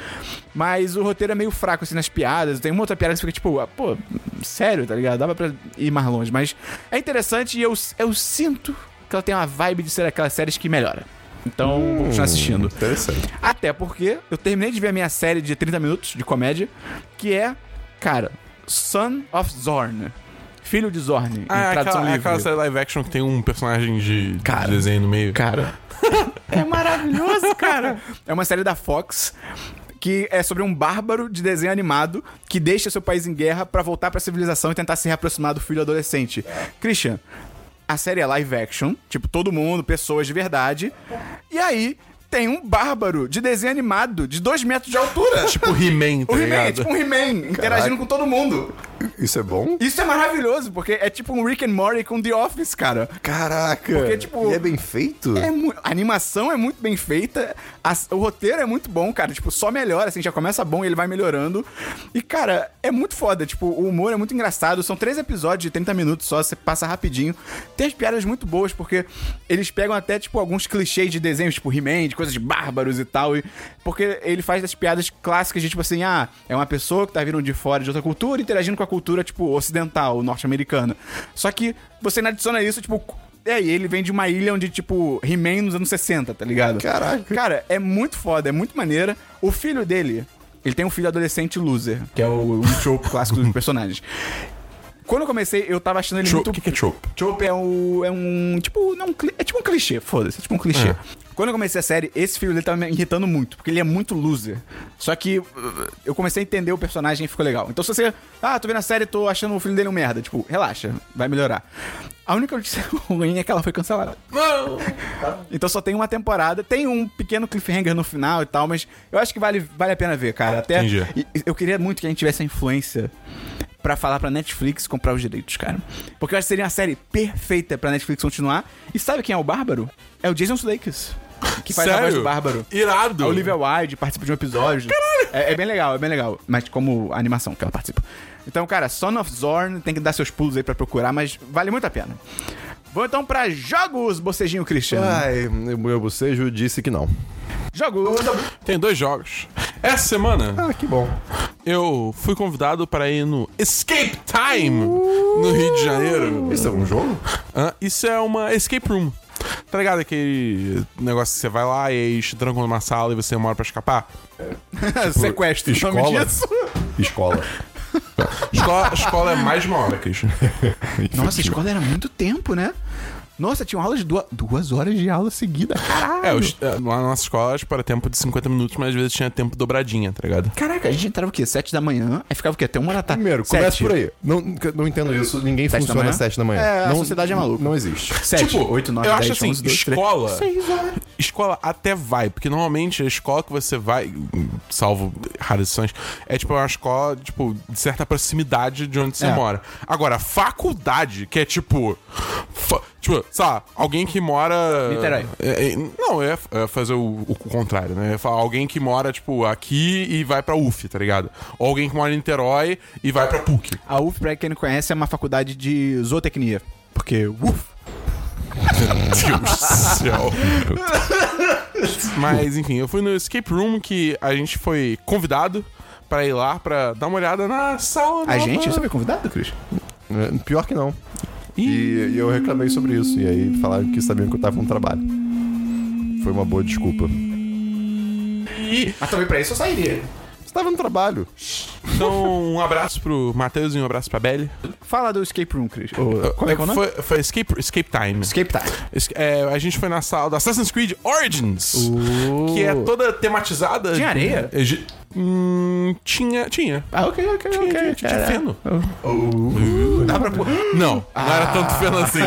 S1: Mas o roteiro é meio fraco assim nas piadas, tem uma outra piada que fica tipo, ah, pô, sério, tá ligado? Dava pra ir mais longe, mas é interessante e eu, eu sinto que ela tem uma vibe de ser aquelas séries que melhora. Então, vou continuar assistindo.
S2: Interessante.
S1: Até porque eu terminei de ver a minha série de 30 minutos de comédia, que é, cara, Son of Zorn. Filho de Zorn,
S3: Ah,
S1: em
S3: é
S1: tradução
S3: aquela, é
S1: livre.
S3: aquela série live action que tem um personagem de, de
S1: Cara.
S3: desenho no meio.
S1: Cara, é maravilhoso, cara. É uma série da Fox que é sobre um bárbaro de desenho animado que deixa seu país em guerra pra voltar pra civilização e tentar se reaproximar do filho adolescente. Christian, a série é live action, tipo todo mundo, pessoas de verdade. E aí tem um bárbaro de desenho animado de dois metros de altura.
S3: [LAUGHS] [LAUGHS] Tipo He-Man, tá
S1: O He-Man, é
S3: ligado?
S1: tipo um He-Man interagindo com todo mundo.
S2: Isso é bom?
S1: Isso é maravilhoso, porque é tipo um Rick and Morty com The Office, cara.
S2: Caraca!
S1: Porque, tipo,
S2: E é bem feito?
S1: É mu- a animação é muito bem feita, as- o roteiro é muito bom, cara. Tipo, só melhora, assim, já começa bom e ele vai melhorando. E, cara, é muito foda. Tipo, o humor é muito engraçado. São três episódios de 30 minutos só, você passa rapidinho. Tem as piadas muito boas, porque eles pegam até, tipo, alguns clichês de desenhos, tipo He-Man, de coisas de bárbaros e tal. E, porque ele faz as piadas clássicas de, tipo assim, ah, é uma pessoa que tá vindo de fora de outra cultura, interagindo com a cultura, tipo, ocidental, norte-americana. Só que você não adiciona isso, tipo, é, e ele vem de uma ilha onde, tipo, He-Man nos anos 60, tá ligado?
S2: Caraca.
S1: Cara, é muito foda, é muito maneira. O filho dele, ele tem um filho adolescente loser, que é o, o trope clássico dos personagens. Quando eu comecei, eu tava achando ele
S3: Tro-
S1: um muito...
S3: O que, que é trope?
S1: Trope é um. É um. Tipo, não, um cli- é tipo um clichê, foda-se, é tipo um clichê. Quando eu comecei a série, esse filho dele tava me irritando muito, porque ele é muito loser. Só que uh, eu comecei a entender o personagem e ficou legal. Então se você. Ah, tô vendo a série e tô achando o filho dele um merda. Tipo, relaxa, vai melhorar. A única notícia [LAUGHS] ruim é que ela foi cancelada.
S3: Não!
S1: [LAUGHS] Então só tem uma temporada, tem um pequeno cliffhanger no final e tal, mas eu acho que vale, vale a pena ver, cara. Até
S3: Entendi.
S1: e- e- eu queria muito que a gente tivesse a influência pra falar pra Netflix comprar os direitos, cara. Porque eu acho que seria uma série perfeita pra Netflix continuar. E sabe quem é o Bárbaro? É o Jason Sudeikis, que faz a voz do Bárbaro.
S3: Irado.
S1: A Olivia Wilde participa de um episódio. Caralho! É, é bem legal, é bem legal. Mas como animação que ela participa. Então, cara, Son of Zorn tem que dar seus pulos aí pra procurar, mas vale muito a pena. Vou então pra jogos, bocejinho Christian.
S2: Ai, meu bocejo disse que não.
S1: Jogos.
S3: Tem dois jogos. Essa semana
S2: Ah, que bom.
S3: eu fui convidado para ir no Escape Time no Rio de Janeiro.
S1: [LAUGHS]
S2: Isso é um jogo?
S3: Hã? isso é uma escape room. Tá ligado aquele negócio que você vai lá e eles te trancam numa sala e você demora pra escapar?
S1: [LAUGHS] Sequestro, o nome
S2: Tipo, escola?
S1: disso.
S2: [LAUGHS] Escola.
S3: Escola, escola é mais de uma hora, Christian.
S1: Nossa, a escola era muito tempo, né? Nossa, tinha aula de duas, duas horas de aula seguida. [LAUGHS] Caralho.
S3: É, os, é, lá na nossa escola, tipo, era tempo de 50 minutos, mas às vezes tinha tempo dobradinha, tá ligado?
S1: Caraca, a gente entrava o quê? Sete da manhã, aí ficava o quê? Até uma hora da tarde.
S2: Primeiro, começa
S1: Sete.
S2: por aí. Não, não entendo isso. Ninguém
S1: Sete da
S2: funciona
S1: manhã?
S2: às sete da manhã.
S1: É, a
S2: não,
S1: sociedade é maluca.
S2: Não existe.
S1: Sete,
S3: tipo,
S1: oito, nove,
S3: eu
S1: dez,
S3: acho assim,
S1: onze, doze, treze.
S3: escola-
S1: Seis horas.
S3: Escola até vai, porque normalmente a escola que você vai, salvo raras exceções, é tipo uma escola, tipo, de certa proximidade de onde você
S1: É.
S3: mora. Agora, faculdade, que é tipo. fa- Tipo, sei lá, alguém que mora.
S1: Niterói.
S3: É, é, não, eu ia, eu ia fazer o, o contrário, né? Eu ia falar alguém que mora, tipo, aqui e vai pra UF, tá ligado? Ou alguém que mora em Niterói e vai pra PUC.
S1: A UF, pra quem não conhece, é uma faculdade de zootecnia. Porque, uf,
S3: Deus do céu. Mas enfim, eu fui no escape room que a gente foi convidado pra ir lá pra dar uma olhada na sala.
S1: a
S3: nova.
S1: gente, você foi convidado, Cris?
S2: É, Pior que não.
S3: Ih,
S2: E, e eu reclamei sobre isso. E aí falaram que sabiam que eu tava com trabalho. Foi uma boa desculpa.
S1: Mas também pra isso eu sairia.
S2: Você tava no trabalho.
S3: Então, um abraço pro Matheus e um abraço pra Belly.
S1: Fala do escape room, Cris. Ou, Como é que é o nome?
S3: Foi, foi escape, escape Time.
S1: Escape Time.
S3: Es- é, a gente foi na sala do Assassin's Creed Origins,
S1: Uh.
S3: que é toda tematizada.
S1: Tinha areia?
S3: É, gi- Hum, tinha, tinha.
S1: Ah, ok, ok, ok. é,
S3: Tinha, tinha, tinha
S1: Caraca.
S3: feno.
S1: Dá pra pôr.
S3: Não, não era tanto
S1: [LAUGHS]
S3: feno assim.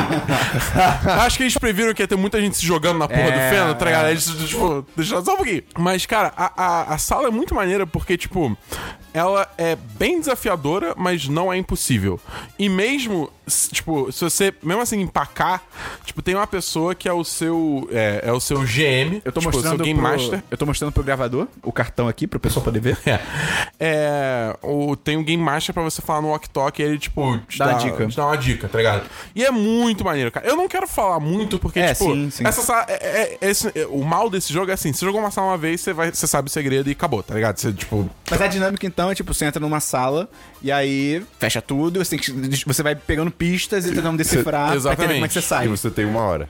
S3: Acho que eles previram que ia ter muita gente se jogando na porra
S1: É,
S3: do feno, tá ligado?
S1: é.
S3: Eles, tipo, deixaram só um pouquinho. Mas, cara, a, a, a sala é muito maneira porque, tipo, ela é bem desafiadora, mas não é impossível. E mesmo, s- tipo, se você, mesmo assim, empacar, tipo, tem uma pessoa que é o seu, é, é o seu GM,
S1: Eu tô
S3: tipo,
S1: mostrando
S3: seu Game
S1: pro,
S3: Master.
S1: Eu tô mostrando pro gravador o cartão aqui pro pessoal poder ver.
S3: É. É, o, tem um Game Master pra você falar no Walk Talk e ele, tipo, te
S1: Dá
S3: dá,
S1: uma dica.
S3: te dá uma dica, tá ligado? E é muito maneiro, cara. Eu não quero falar muito porque,
S1: É,
S3: tipo,
S1: sim, sim.
S3: essa sala- é- é- esse- é- o mal desse jogo é assim: você jogou uma sala uma vez, você, vai, você sabe o segredo e acabou, tá ligado? Você, tipo,
S1: Mas a dinâmica então é tipo, você entra numa sala e aí fecha tudo, você, tem que- você vai pegando pistas e tentando decifrar pra
S3: exatamente.
S1: entender como é que você
S2: E
S1: sai.
S2: você tem uma hora.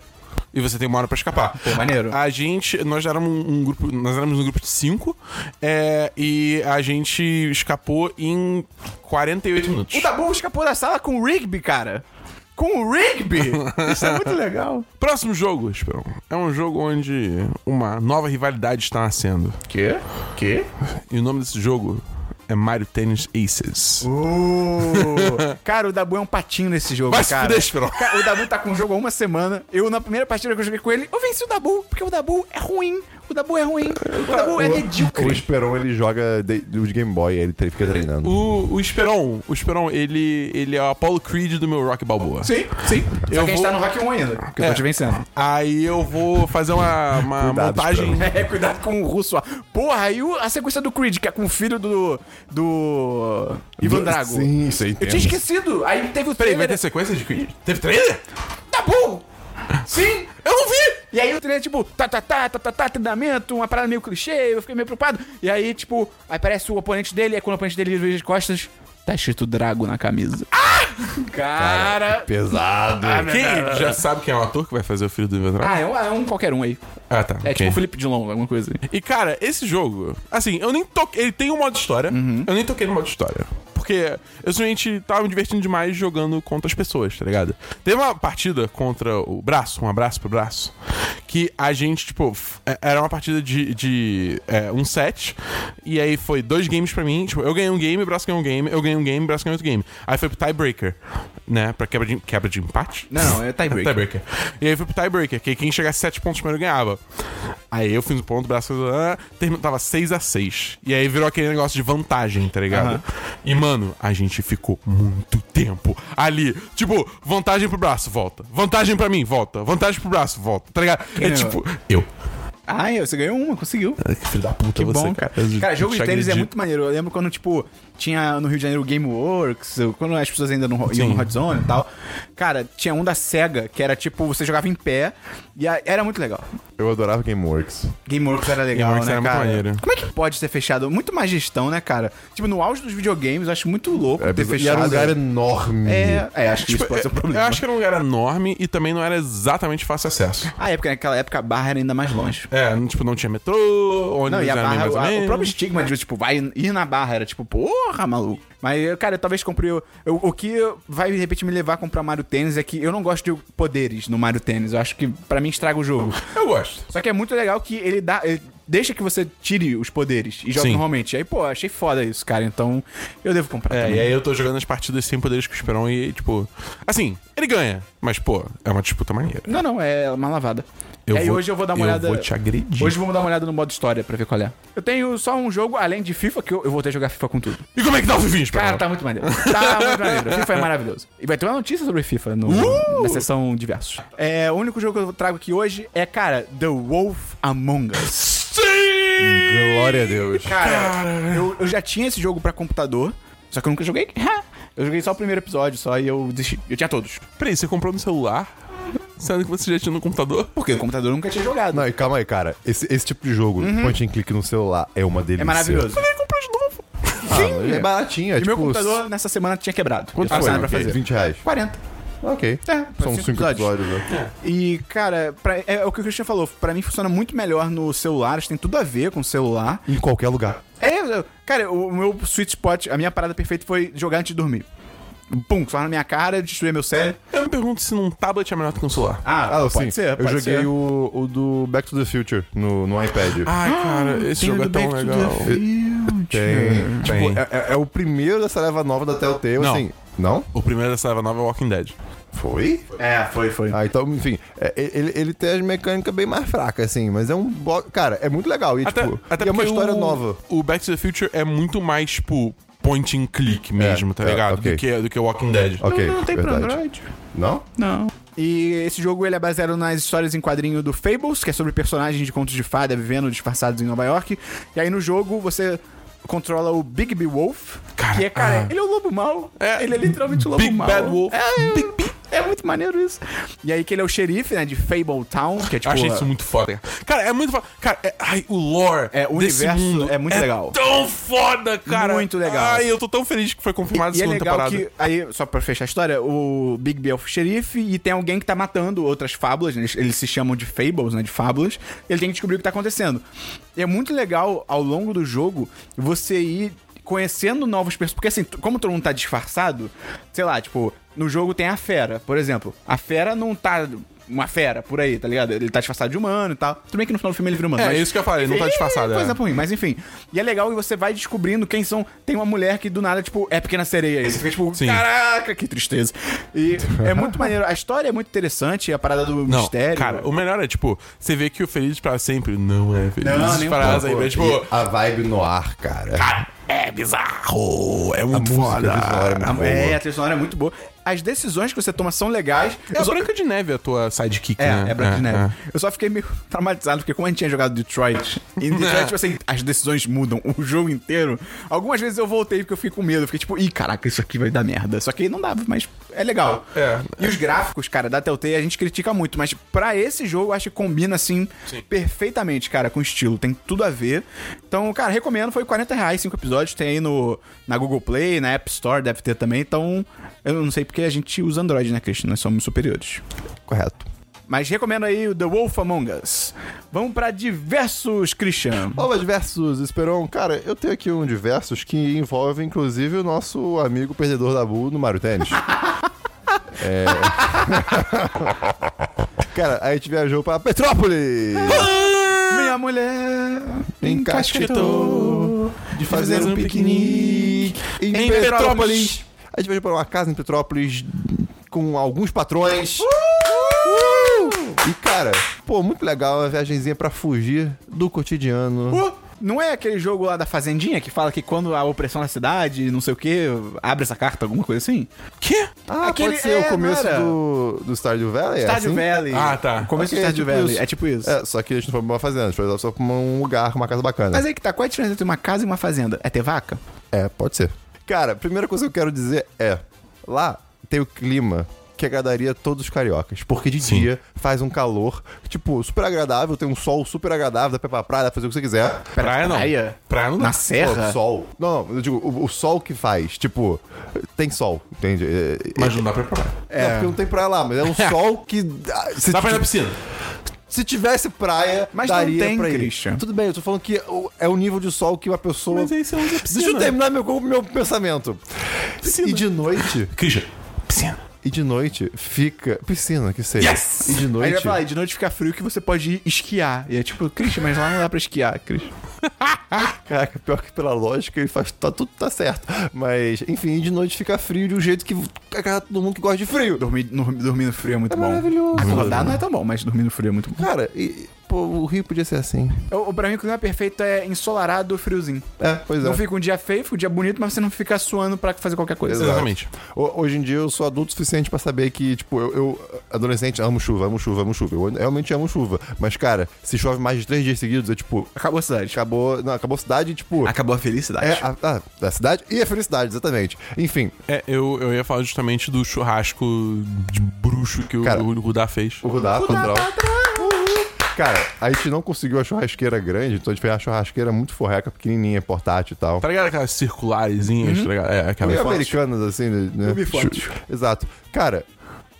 S3: e você tem uma hora pra escapar.
S1: Pô, maneiro.
S3: A gente, nós éramos um, um grupo, nós éramos um grupo de cinco, é, e a gente escapou em 48 minutos.
S1: O Dabu escapou da sala com o Rigby, cara. Com o Rigby? Isso [LAUGHS] é muito legal.
S3: Próximo jogo, Esperão, é um jogo onde uma nova rivalidade está nascendo.
S1: Que? Que?
S3: E o nome desse jogo é Mario Tennis Aces.
S1: [LAUGHS] cara, o Dabu é um patinho nesse jogo,
S3: Vai se
S1: cara.
S3: fuder, Esperon.
S1: Cara, O Dabu tá com o jogo há uma semana. Eu, na primeira partida que eu joguei com ele, eu venci o Dabu, porque o Dabu é ruim. O Dabu é ruim. O Dabu é medíocre.
S2: O Esperon, ele joga de, de Game Boy. Ele tre- fica treinando.
S3: O, o Esperon, o Esperon, ele, ele é o Apollo Creed do meu Rock Balboa.
S1: Sim, sim. Só
S3: Eu
S1: que a gente
S3: vou-
S1: tá no Rock 1 ainda, que eu tô
S3: É.
S1: te vencendo.
S3: Aí eu vou fazer uma, uma
S2: Cuidado,
S3: montagem.
S1: [LAUGHS] É, cuidado com o russo. ó. Porra, e o- a sequência do Creed, que é com o filho do. do. Ivan
S2: Do-
S1: Drago.
S2: Sim, isso aí. um
S1: Eu tinha esquecido. Aí teve o
S3: Peraí,
S1: trailer.
S3: vai ter sequência de Creed? Teve trailer?
S1: Tá bom! Sim!
S3: Eu não vi!
S1: E aí o trailer, tipo, tá, tá, tá, tá, tá, tá, treinamento, uma parada meio clichê, eu fiquei meio preocupado. E aí, tipo, aí aparece o oponente dele, e aí quando o oponente dele vira de costas, tá escrito Drago na camisa. Ah! Cara!
S2: Pesado.
S1: É
S3: Quem já sabe quem é o ator que vai fazer o filho do Ivan Drago?
S1: Ah, é um, é um qualquer um aí.
S3: Ah, tá.
S1: É
S3: ok.
S1: tipo o Felipe Dilon, alguma coisa.
S3: E, cara, esse jogo, assim, eu nem toquei. Ele tem um modo história. Eu nem toquei no modo história. Porque eu simplesmente tava me divertindo demais jogando contra as pessoas, tá ligado? Teve uma partida contra o braço, um abraço pro braço, que a gente, tipo, f- é- era uma partida de, de é, um set, e aí foi dois games pra mim. Tipo, eu ganhei um game, o braço ganhou um game, eu ganhei um game, o braço ganhou outro game. Aí foi pro tiebreaker, né? Pra quebra de, quebra de empate?
S1: Não, não, é tiebreak.
S3: Tiebreaker. E aí foi pro tiebreaker, que quem chegasse 7 pontos primeiro ganhava. Aí eu fiz o ponto, o braço. ah, terminou- Tava 6x6. E aí virou aquele negócio de vantagem, tá ligado?
S1: Aham.
S3: E, mano, a gente ficou muito tempo ali. Tipo, vantagem pro braço, volta. Vantagem pra mim, volta. Vantagem pro braço, volta, tá ligado? é
S1: lembra?
S3: tipo, eu.
S1: Ah, você ganhou uma, conseguiu.
S3: Ai, Que filho da puta
S1: Que
S3: você,
S1: bom, cara. Cara, jogo de
S3: Te
S1: tênis é
S3: agredi.
S1: muito maneiro. Eu lembro quando, tipo, tinha no Rio de Janeiro Gameworks, quando as pessoas ainda não ro- iam
S3: Sim.
S1: no Hot Zone e tal. Cara, tinha um da SEGA, que era tipo, você jogava em pé, e a- era muito legal.
S2: Eu adorava Gameworks.
S1: Gameworks era legal,
S3: Gameworks
S1: né,
S3: era muito
S1: cara?
S3: maneiro.
S1: Como é que pode ter fechado? Muito mais gestão, né, cara? Tipo, no auge dos videogames, eu acho muito louco
S2: É
S1: ter
S2: bizarro.
S1: fechado.
S2: e era um lugar enorme.
S1: É, é, acho que isso pode ser um
S3: Tipo, Eu
S1: problema.
S3: acho que era um lugar enorme e também não era exatamente fácil acesso.
S1: A época, Ah, é, naquela época, a barra era ainda mais longe.
S3: É, não- tipo, não tinha metrô, ônibus
S1: Não, e a
S3: era meio
S1: barra,
S3: mais ou
S1: a-
S3: menos.
S1: o próprio estigma de, tipo, vai ir na barra era tipo, porra, maluco. Mas, cara, talvez compre. eu- eu- o que vai, de repente, me levar a comprar Mario Tênis é que eu não gosto de poderes no Mario Tênis. Eu acho que, pra mim, estraga o
S3: [LAUGHS]
S1: jogo.
S3: Eu gosto.
S1: Só que é muito legal que ele dá. ele deixa que você tire os poderes e jogue
S3: Sim.
S1: normalmente. Aí, pô, achei foda isso, cara. Então, eu devo comprar.
S3: É,
S1: também.
S3: e aí eu tô jogando as partidas sem poderes com o Esperão e, tipo... Assim, ele ganha. Mas, pô, é uma disputa maneira.
S1: Não, não, é uma lavada.
S3: Eu
S1: e aí
S3: vou-
S1: hoje eu vou dar uma
S3: eu
S1: olhada.
S3: vou te agredir.
S1: Hoje vamos dar uma olhada no modo história pra ver qual é. Eu tenho só um jogo, além de FIFA, que eu, eu voltei a jogar FIFA com tudo.
S3: E como é que dá o Fifinho, Esperão?
S1: Cara, tá muito maneiro. Tá muito maneiro. FIFA é maravilhoso. E vai ter uma notícia sobre FIFA no, na sessão diversos. Uh! É, o único jogo que eu trago aqui hoje é, cara, The Wolf Among Us.
S3: Sim!
S2: Glória a Deus.
S1: Cara, eu, eu já tinha esse jogo pra computador, só que eu nunca joguei. [LAUGHS] Eu joguei só o primeiro episódio, só e eu desisti. Eu tinha todos.
S3: Peraí, você comprou no celular? Sendo que você já tinha no computador?
S1: Porque o computador eu nunca tinha jogado.
S2: Não, e calma aí, cara. Esse, esse tipo de jogo, point and click no celular, é uma
S1: Uhum.
S2: delícia.
S1: é maravilhoso.
S3: Vai comprar de novo.
S2: Sim, é baratinho. É
S1: E
S2: tipo,
S1: meu computador nessa semana tinha quebrado.
S2: Quanto
S1: Eu tava
S2: foi?
S1: saindo pra fazer.
S2: 20 reais.
S1: 40.
S2: Ok.
S1: É,
S2: São
S1: cinco
S2: 5 episódios, né?
S1: E, cara, pra- é, o que o Christian falou. Pra mim funciona muito melhor no celular. Acho que tem tudo a ver com o celular.
S2: Em qualquer lugar.
S1: É, eu- cara, o meu sweet spot, a minha parada perfeita foi jogar antes de dormir. Pum, só na minha cara, destruir meu cérebro.
S3: Eu me pergunto se num tablet é melhor do que um celular.
S2: Ah,
S1: pode
S2: sim.
S1: ser,
S2: eu
S1: pode
S2: joguei
S1: ser.
S2: O, o do Back to the Future no, no iPad.
S3: Ai,
S1: [GASPS]
S3: cara, esse jogo é tão legal.
S2: Tem.
S3: Tem.
S2: Tipo, é, é- é o primeiro dessa leva nova da Telltale,
S3: Não.
S2: assim. Não?
S3: O primeiro dessa leva nova é Walking Dead.
S2: Foi?
S1: É, foi, foi.
S2: Ah, então, enfim, é, ele, ele tem as mecânicas bem mais fracas, assim, mas é um bloco. Cara, é muito legal. E, tipo, e é uma
S3: porque
S2: história
S3: o-
S2: nova.
S3: O Back to the Future é muito mais, tipo, point and click mesmo, tá
S2: é,
S3: ligado?
S2: ok.
S3: Do que do que Walking Dead.
S2: Ok,
S1: não, não tem né? pra
S2: verdade.
S1: Android.
S2: Não?
S1: Não. E esse jogo ele é baseado nas histórias em quadrinho do Fables, que é sobre personagens de contos de fada vivendo disfarçados em Nova York. E aí no jogo você controla o Big B Wolf,
S3: Cara,
S1: que é, cara,
S3: ah.
S1: ele é o lobo mau.
S3: É,
S1: ele é literalmente o lobo
S3: Big
S1: mau.
S3: Bad Wolf.
S1: É, é- é muito maneiro isso. E aí que ele é o xerife, né, de Fable Town, que é
S3: Eu
S1: tipo...
S3: achei
S1: a-
S3: isso muito foda. cara. Cara, é muito foda. Cara, é- ai, o lore.
S1: É, o
S3: desse
S1: universo
S3: mundo
S1: é muito legal.
S3: Tão foda, cara.
S1: Muito legal.
S3: Ai, eu tô tão feliz que foi confirmado a
S1: E é
S3: segunda
S1: legal
S3: temporada.
S1: que, aí, só pra fechar a história, o Big B é o xerife e tem alguém que tá matando outras fábulas, né? eles, eles se chamam de fables, né, de fábulas, ele tem que descobrir o que tá acontecendo. E é muito legal, ao longo do jogo, você ir conhecendo novos personagens, porque assim, t- como todo mundo tá disfarçado, sei lá, tipo, no jogo tem a fera, por exemplo, a fera não tá... Uma fera por aí, tá ligado? Ele tá disfarçado de humano e tal. Tudo bem que no final do filme ele vira humano.
S3: É,
S1: mas-
S3: isso que eu falei, não tá
S1: Ih,
S3: disfarçado,
S1: Coisa
S3: é.
S1: ruim, mas enfim. E é legal que você vai descobrindo quem são. Tem uma mulher que do nada, tipo, é pequena sereia. E você fica tipo,
S3: Sim.
S1: caraca, que tristeza. E é
S3: [LAUGHS]
S1: muito maneiro. A história é muito interessante, a parada do
S3: Não,
S1: mistério.
S3: cara, o melhor é, tipo, você vê que o Feliz pra Sempre não é Feliz
S1: Não, nem um
S3: para
S1: pouco.
S3: Sempre. É, tipo,
S2: E a vibe no ar, cara.
S3: cara, é bizarro,
S1: Tá
S3: é muito
S2: música
S3: foda.
S2: visual é muito
S1: A-
S2: boa.
S1: é, a trilha sonora é muito boa. As decisões que você toma são legais.
S3: É
S1: Eu
S3: a
S1: só-
S3: Branca de Neve a tua sidekick,
S1: É,
S3: né?
S1: é Branca de Neve. Eu só fiquei meio [LAUGHS] traumatizado, porque como a gente tinha jogado Detroit, e em Detroit, tipo assim, as decisões mudam o [LAUGHS] jogo inteiro. Algumas vezes eu voltei porque eu fiquei com medo. Eu fiquei tipo, ih, caraca, isso aqui vai dar merda. Só que aí não dava, mas é legal.
S3: É.
S1: E os gráficos, cara, da Telltale a gente critica muito, mas pra esse jogo eu acho que combina, assim, perfeitamente, cara, com o estilo. Tem tudo a ver. Então, cara, recomendo. Foi 40 reais, 5 episódios. Tem aí no, na Google Play, na App Store, deve ter também. Então, eu não sei porque a gente usa Android, né, Christian? Nós somos superiores.
S2: Correto.
S1: Mas recomendo aí o The Wolf Among Us. Vamos pra diversos, Christian.
S2: Novas versus, Esperon. Cara, eu tenho aqui um de versus que envolve, inclusive, o nosso amigo perdedor da Bull no Mario
S3: [LAUGHS]
S2: Tênis. É. Cara, a gente viajou pra Petrópolis!
S1: Minha mulher
S2: Encasquetou
S1: de
S3: fazer um piquenique
S2: em,
S3: Em
S2: Petrópolis.
S3: Petrópolis.
S2: A gente veio para uma casa em Petrópolis com alguns patrões.
S3: Uh!
S2: E, cara, pô, muito legal uma viagenzinha pra fugir do cotidiano.
S1: Não é aquele jogo lá da Fazendinha que fala que quando a opressão na cidade, não sei o que, abre essa carta, alguma coisa assim?
S3: Quê?
S2: Ah,
S1: Aquele-
S2: pode ser
S1: é,
S2: o começo
S1: não era?
S2: do, do Stardew Valley?
S1: Stardew
S2: é assim?
S1: Valley.
S3: Ah, tá.
S1: Começo do
S2: Ok, é
S1: Stardew
S2: tipo
S1: Valley.
S2: isso.
S1: É tipo isso.
S2: É, só que a gente não foi pra uma fazenda, a gente foi só pra um lugar, uma casa bacana.
S1: Mas aí que tá, qual é a diferença entre uma casa e uma fazenda? É ter vaca?
S2: É, pode ser. Cara, a primeira coisa que eu quero dizer é: lá tem o clima que agradaria todos os cariocas. Porque de
S3: Sim.
S2: dia faz um calor, tipo, super agradável, tem um sol super agradável, dá pra ir pra praia, dá pra fazer o que você quiser.
S3: Praia não.
S1: praia?
S3: Praia não dá.
S1: Na serra?
S2: Pô, sol. Não, não, eu digo, o, o sol que faz, tipo, tem sol, entende? É,
S3: Mas não dá pra ir pra praia.
S2: é, porque não tem praia lá, mas é
S1: [LAUGHS]
S2: um sol que. ah, Se,
S3: Dá pra ir na piscina.
S2: se tivesse praia,
S1: É, Mas não
S2: daria
S1: tem,
S2: pra ir.
S1: Christian.
S2: Tudo bem, eu tô falando que o- é o nível de sol que uma pessoa.
S3: Mas aí você usa piscina.
S2: Deixa eu terminar meu, meu pensamento.
S3: Piscina.
S2: E de noite,
S3: Christian, piscina.
S2: e de noite fica. Piscina, que seja.
S3: Yes!
S2: E de
S1: Aí vai
S2: noite.
S1: falar, e de noite fica frio que você pode ir esquiar. E é tipo, Christian, mas lá não dá pra esquiar, Christian.
S2: Caraca, pior que pela lógica, ele faz. Tá, tudo tá certo. Mas, enfim, de noite fica frio de um jeito que agrada todo mundo que gosta de frio.
S1: Dormir, no- dormir no frio é muito bom.
S2: maravilhoso.
S1: Acordar não é tão bom, mas dormir no frio é muito bom.
S2: Cara, e. Pô, o Rio podia ser assim.
S1: O, o- pra mim, o clima perfeito é ensolarado friozinho.
S2: É, pois
S1: Não
S2: é.
S1: fica um dia feio, fica um dia bonito, mas você não fica suando pra fazer qualquer coisa.
S2: Exato.
S3: Exatamente.
S2: Ho- Hoje em dia eu sou adulto o suficiente pra saber que, tipo, eu, eu, adolescente, amo chuva, amo chuva, amo chuva. Eu realmente amo chuva. Mas, cara, se chove mais de três dias seguidos, é tipo,
S1: Acabou a cidade.
S2: acabou. Não, acabou a cidade, tipo.
S1: Acabou a felicidade.
S2: É a, a- a cidade e a felicidade, exatamente. Enfim,
S3: É, eu, eu ia falar justamente do churrasco de bruxo que o-
S2: Cara,
S3: o Rudá fez.
S2: o Rudá, tá Rudá Cara, a gente não conseguiu a churrasqueira grande, então a gente fez uma churrasqueira muito forreca, pequenininha, portátil e tal.
S3: Tá ligado aquelas circularizinhas,
S2: Uhum.
S3: tá ligado? É, aquela.
S2: Meio americanas, assim, né?
S1: Ubifortes.
S2: Chu- Exato. Cara,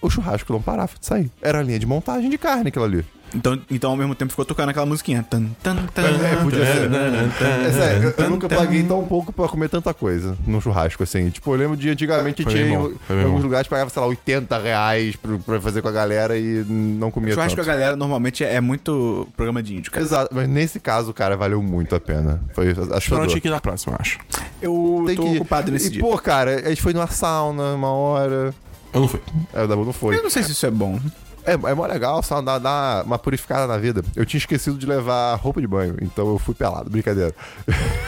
S2: o churrasco não parava de sair. Era a linha de montagem de carne aquilo ali.
S1: Então, então, ao mesmo tempo, ficou tocando aquela musiquinha. Tan, tan, tan,
S2: É, podia ser.
S3: Tan,
S2: É sério, eu, eu
S1: tan,
S2: nunca
S1: tan.
S2: paguei tão pouco pra comer tanta coisa num churrasco, assim. Tipo, eu lembro de antigamente
S3: Foi
S2: tinha
S3: bem
S2: em,
S3: bom, foi bem
S2: alguns
S3: bom.
S2: lugares que pagava, sei lá, 80 reais pra, pra fazer com a galera e não comia
S1: Churrasco
S2: tanto.
S1: a galera normalmente é muito programa de índio, cara.
S2: Exato, mas nesse caso, cara, valeu muito a pena. Foi
S3: Pronto,
S2: assustador.
S3: tinha que ir na próxima, eu acho.
S1: Eu
S2: Tem
S1: tô
S2: que-
S1: ocupado nesse
S2: e,
S1: dia.
S2: pô, cara, a gente foi numa sauna uma hora.
S3: Eu não fui.
S2: É, o Dabu não foi.
S1: Eu não sei se isso é bom.
S2: É, é mó legal, sauna dá, dá uma purificada na vida. Eu tinha esquecido de levar roupa de banho, então eu fui pelado, brincadeira. [LAUGHS]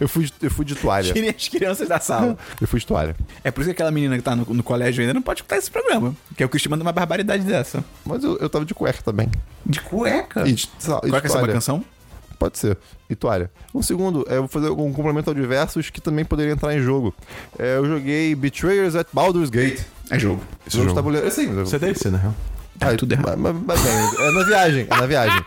S2: eu, fui de, eu fui de toalha.
S1: Tirem as crianças da sala.
S2: Eu fui de toalha.
S1: É por isso que aquela menina que tá no, no colégio ainda não pode escutar esse programa. Porque o Cristian manda uma barbaridade dessa.
S2: Mas eu, eu tava de cueca também.
S1: De cueca?
S2: E de, sa- e
S1: Cueca
S2: de
S1: é uma
S2: toalha.
S1: canção?
S2: Pode ser. E toalha. Um segundo, é, eu vou fazer um complemento ao diversos que também poderia entrar em jogo. É, eu joguei Betrayers at Baldur's Gate.
S1: É jogo.
S3: Esse
S2: Jogo de
S3: jogo.
S2: tabuleiro. É, sim, mas-
S3: Você deve ser, né? na real.
S1: Tá tudo errado.
S2: Mas, mas- mas bem, é na viagem, é na
S3: [LAUGHS]
S2: viagem.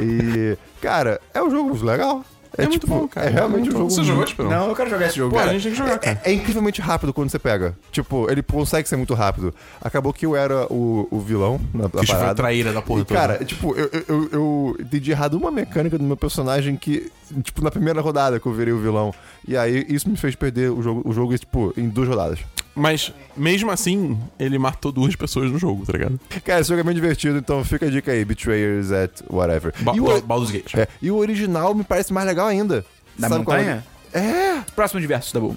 S2: E, cara, é um jogo legal.
S3: É muito bom, cara.
S2: É realmente um
S3: Muito bom.
S2: jogo.
S3: Você jogou, Esperão?
S1: Não, eu quero jogar esse jogo.
S3: Pô, a
S1: cara.
S3: gente tem que jogar,
S2: É,
S3: cara.
S2: é- é incrivelmente rápido quando você pega. Tipo, ele consegue ser muito rápido. Acabou que eu era o, o vilão na, na
S3: Christian foi a
S2: parada.
S3: traíra da porra
S2: E,
S3: toda.
S2: cara, tipo, eu, eu, eu, eu dei de errado uma mecânica do meu personagem que, tipo, na primeira rodada que eu virei o vilão. E aí isso me fez perder o jogo, o jogo tipo, em duas rodadas.
S3: Mas, mesmo assim, ele matou duas pessoas no jogo, tá ligado?
S2: Cara, esse jogo é bem divertido, então fica a dica aí: Betrayers at whatever.
S3: Ba
S2: e, o,
S3: Ba- Baldur's Gate.
S2: é, e o original me parece mais legal ainda.
S1: Da
S2: Sabe qual é?
S1: montanha? É. Próximo de versos, tá bom.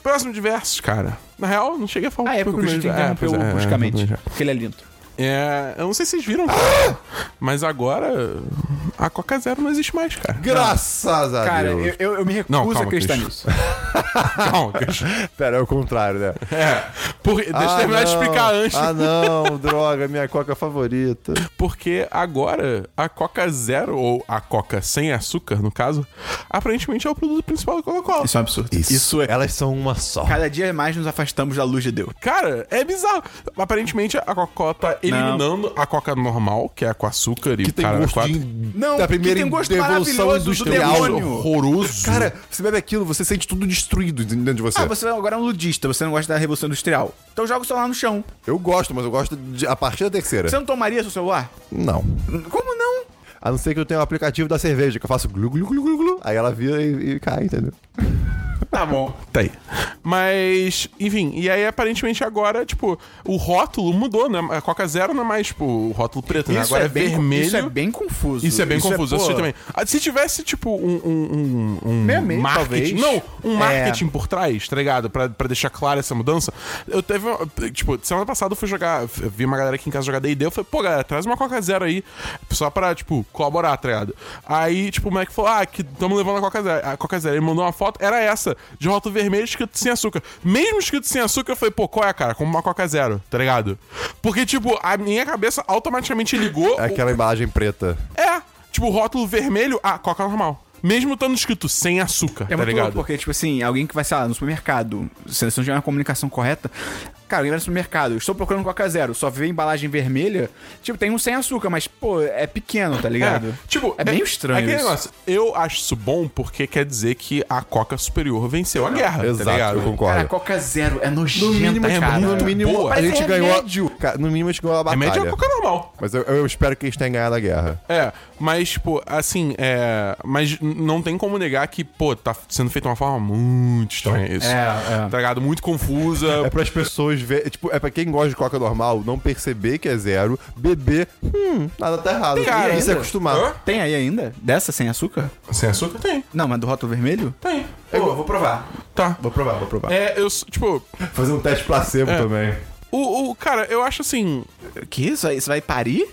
S3: Próximo de versos, cara. Na real, não cheguei a falar
S1: Ah, é porque o
S3: primeiro
S1: Christian
S3: de- é,
S1: interrompeu
S3: pois é, é,
S1: bruscamente.
S3: exatamente.
S1: Porque ele é lindo.
S3: É, eu não sei se vocês viram,
S2: Ah!
S3: mas agora a Coca Zero não existe
S2: [LAUGHS]
S3: mais, cara.
S2: Graças a
S1: Cara,
S2: Deus.
S1: eu, eu, eu me recuso
S3: Não, calma,
S1: a acreditar
S3: Christian.
S1: nisso.
S3: Calma, Christian.
S2: Pera, é o contrário, né?
S3: É, por- [LAUGHS] deixa eu terminar de explicar antes.
S2: Ah, não, [LAUGHS] droga, minha coca favorita.
S3: Porque agora a Coca Zero, ou a Coca sem açúcar, no caso, aparentemente é o produto principal da Coca-Cola.
S1: Isso é um absurdo.
S2: é. Elas são uma só.
S1: Cada dia mais nos afastamos da luz de Deus.
S3: Cara, é bizarro. Aparentemente a Coca-Cola tá eliminando a Coca normal, que é a com açúcar e
S2: Que tem
S3: cara,
S2: gosto
S3: quatro.
S2: de.
S1: Não,
S2: da primeira
S1: que tem gosto
S2: devolução
S1: maravilhoso do
S2: industrial.
S1: demônio.
S3: horroroso.
S2: Cara, você bebe aquilo, você sente tudo destruído dentro de você.
S1: Ah, você agora é um ludista, você não gosta da Revolução Industrial. Então joga o celular no chão.
S2: Eu gosto, mas eu gosto de- a partir da terceira.
S1: Você não tomaria seu celular?
S2: Não.
S1: Como não?
S2: A não ser que eu tenha o aplicativo da cerveja, que eu faço glu, glu, glu, glu, glu. Aí ela vira e, e cai, entendeu?
S1: Tá bom.
S3: Tá aí. Mas, enfim, e aí aparentemente agora, tipo, o rótulo mudou, né? A Coca Zero não é mais, tipo, o rótulo preto, né? Agora é,
S1: bem,
S3: vermelho.
S1: Isso é bem confuso.
S3: Isso é bem confuso, eu
S1: pô,
S3: assisti também. Ah, Se tivesse, tipo, um. um, um, um
S1: Meia-meia,
S3: marketing.
S1: talvez.
S3: Não, um
S1: É.
S3: marketing por trás, tá ligado? Pra, pra deixar clara essa mudança. Eu teve. uma- Tipo, semana passada eu fui jogar. Vi uma galera aqui em casa jogar DD. Eu falei, pô, galera, traz uma Coca Zero aí. Só pra, tipo, colaborar, tá ligado? Aí, tipo, o moleque falou, ah, que estamos levando a Coca Zero. A Coca Zero. Ele mandou uma foto, era essa, de rótulo vermelho escrito sem açúcar. Mesmo escrito sem açúcar, eu falei, pô, qual é, cara? Como uma Coca Zero, tá ligado? Porque, tipo, a minha cabeça automaticamente ligou.
S2: É aquela embalagem preta.
S3: É, tipo, rótulo vermelho, ah, coca normal. Mesmo estando escrito sem açúcar,
S1: É
S3: tá
S1: muito
S3: ligado?
S1: louco, porque, tipo assim, alguém que vai, sei lá, no supermercado, se se não tiver uma comunicação correta, cara, alguém vai no supermercado, eu estou procurando Coca Zero, só vê a embalagem vermelha, tipo, tem um sem açúcar, mas, pô, é pequeno, tá ligado?
S3: É, tipo,
S1: é, bem estranho
S3: aquele
S1: isso.
S3: negócio, eu acho isso bom porque quer dizer que a coca superior venceu a guerra, tá
S2: Exato,
S3: ligado?
S2: eu
S1: Cara,
S2: concordo.
S1: Coca Zero é nojenta,
S2: No mínimo, um
S1: cara.
S2: no mínimo
S3: Boa.
S2: a
S1: Parece
S2: gente
S1: remédio.
S2: ganhou. Cara, no mínimo a gente ganhou a batalha.
S3: Remédio é coca normal.
S2: Mas eu, eu espero que eles tenham ganhado a guerra.
S3: É, mas, tipo, assim, é. Mas n- não tem como negar que, pô, tá sendo feito de uma forma muito estranha isso.
S1: É, é.
S3: Tá ligado? Muito confusa.
S2: É para as pessoas ver, tipo, é para quem gosta de coca normal não perceber que é zero, beber, hum, nada tá errado.
S1: cara
S2: e se
S1: ainda?
S2: acostumar.
S3: Hã?
S1: Tem aí ainda? Dessa É, sem açúcar?
S3: Sem açúcar? Tem,
S1: Não, mas do rótulo vermelho?
S3: tem.
S1: eu vou provar.
S3: Tá.
S2: É Vou provar, vou provar.
S3: É, eu. s- Tipo,
S2: Fazer um teste placebo também.
S3: o, o. Cara, eu acho assim.
S1: Que isso? Aí Você vai parir?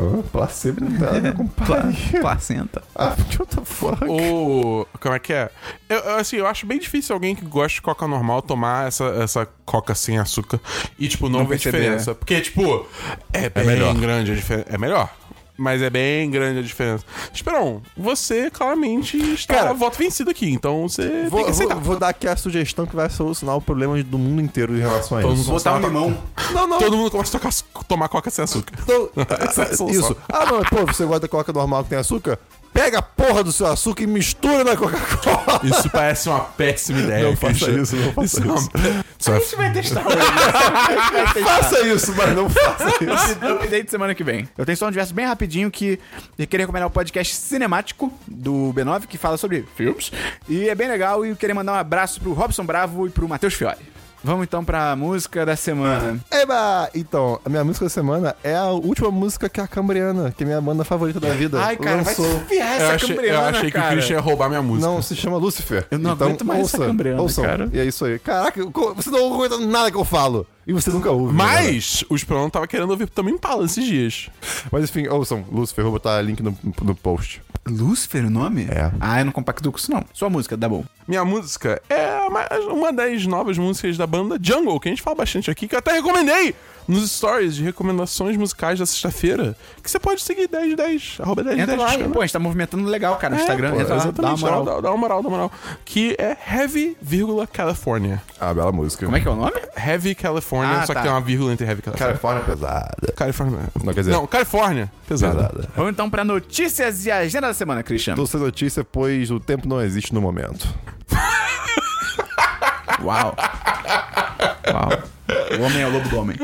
S2: Ah, placebo não tá nada com
S1: Pla-
S2: pariu.
S1: Placenta.
S2: Ah, what the fuck?
S3: O. Como é que é? Eu, eu, assim, eu acho bem difícil alguém que gosta de coca normal tomar essa, essa coca sem açúcar e, tipo, não,
S1: Não
S3: ver
S1: perceber,
S3: diferença. Porque, tipo, é bem
S2: né? melhor.
S3: grande a diferença. É melhor. Mas é bem grande a diferença. Esperão, você claramente está
S2: Cara,
S3: voto vencido aqui, então você tem
S2: Vou,
S3: que aceitar.
S2: vou- vou dar aqui a sugestão que vai solucionar o problema do mundo inteiro em relação a
S3: Todo
S2: isso. [LAUGHS]
S3: mundo começa a-
S2: um Não, não,
S3: Todo mundo começa a tocar- tomar coca sem açúcar.
S2: Então,
S3: Essa é a solução.
S2: isso. Ah, não, pô, você gosta da coca normal que tem açúcar? Pega a porra do seu açúcar e mistura na Coca-Cola.
S3: [LAUGHS] Isso parece uma péssima ideia.
S2: Não faça
S3: Christian.
S2: isso, não faça
S3: é uma pé- Isso é-
S1: vai testar hoje. [LAUGHS] A gente vai testar.
S2: Faça isso, mas não
S3: [LAUGHS]
S2: faça isso.
S1: Update semana que vem. Eu tenho só um diverso bem rapidinho que eu queria recomendar o podcast cinemático do B9, que fala sobre filmes. E é bem legal e eu queria mandar um abraço pro Robson Bravo e pro Matheus Fiore. Vamos então pra música da semana.
S2: Eba! Então, a minha música da semana é a última música que é a Cambriana, que é minha banda favorita da vida.
S1: Ai, cara, vai se ferrar
S3: Eu
S1: essa
S3: achei, eu
S1: cambreana,
S3: achei que o
S1: cara.
S3: Christian ia roubar minha música.
S2: Não, se chama Lúcifer. Eu
S1: não aguento mais essa Cambriana,
S2: ouçam.
S1: cara.
S2: E é isso aí. Caraca, eu- você não aguenta nada que eu falo. E você nunca ouve. né?
S3: Mas o Esperão tava querendo ouvir também Impala esses dias.
S2: Mas enfim, ouçam. Lúcifer, vou botar link no, no post.
S1: Lucifer o nome?
S2: É.
S1: Ah, eu não compacto com isso não. Só a música, dá bom.
S3: Minha música é mais- uma das novas músicas da banda Jungle, que a gente fala bastante aqui, que eu até recomendei nos stories de recomendações musicais da sexta-feira, que você pode seguir 10 de 10, arroba 10 de
S1: Entra
S3: 10.
S1: lá,
S3: cara.
S1: pô, a gente tá movimentando legal, cara, no
S3: É,
S1: Instagram.
S3: pô,
S1: Entra lá,
S3: exatamente,
S1: dá uma moral.
S3: Dá, dá uma moral, dá uma moral. Que é Heavy, vírgula, California.
S2: Ah, bela música.
S1: Como é que é o nome?
S3: Heavy California,
S1: Ah,
S3: só
S1: tá.
S3: que tem uma vírgula entre Heavy e California.
S2: Califórnia é pesada.
S3: California.
S2: Não,
S1: é.
S2: quer dizer-
S3: Não, Califórnia. Pesado.
S2: Pesada.
S1: Vamos então pra notícias e agenda da semana, Christian.
S2: Tô sem notícia, pois o tempo não existe no momento.
S1: Uau. Uau. O homem é o lobo do homem.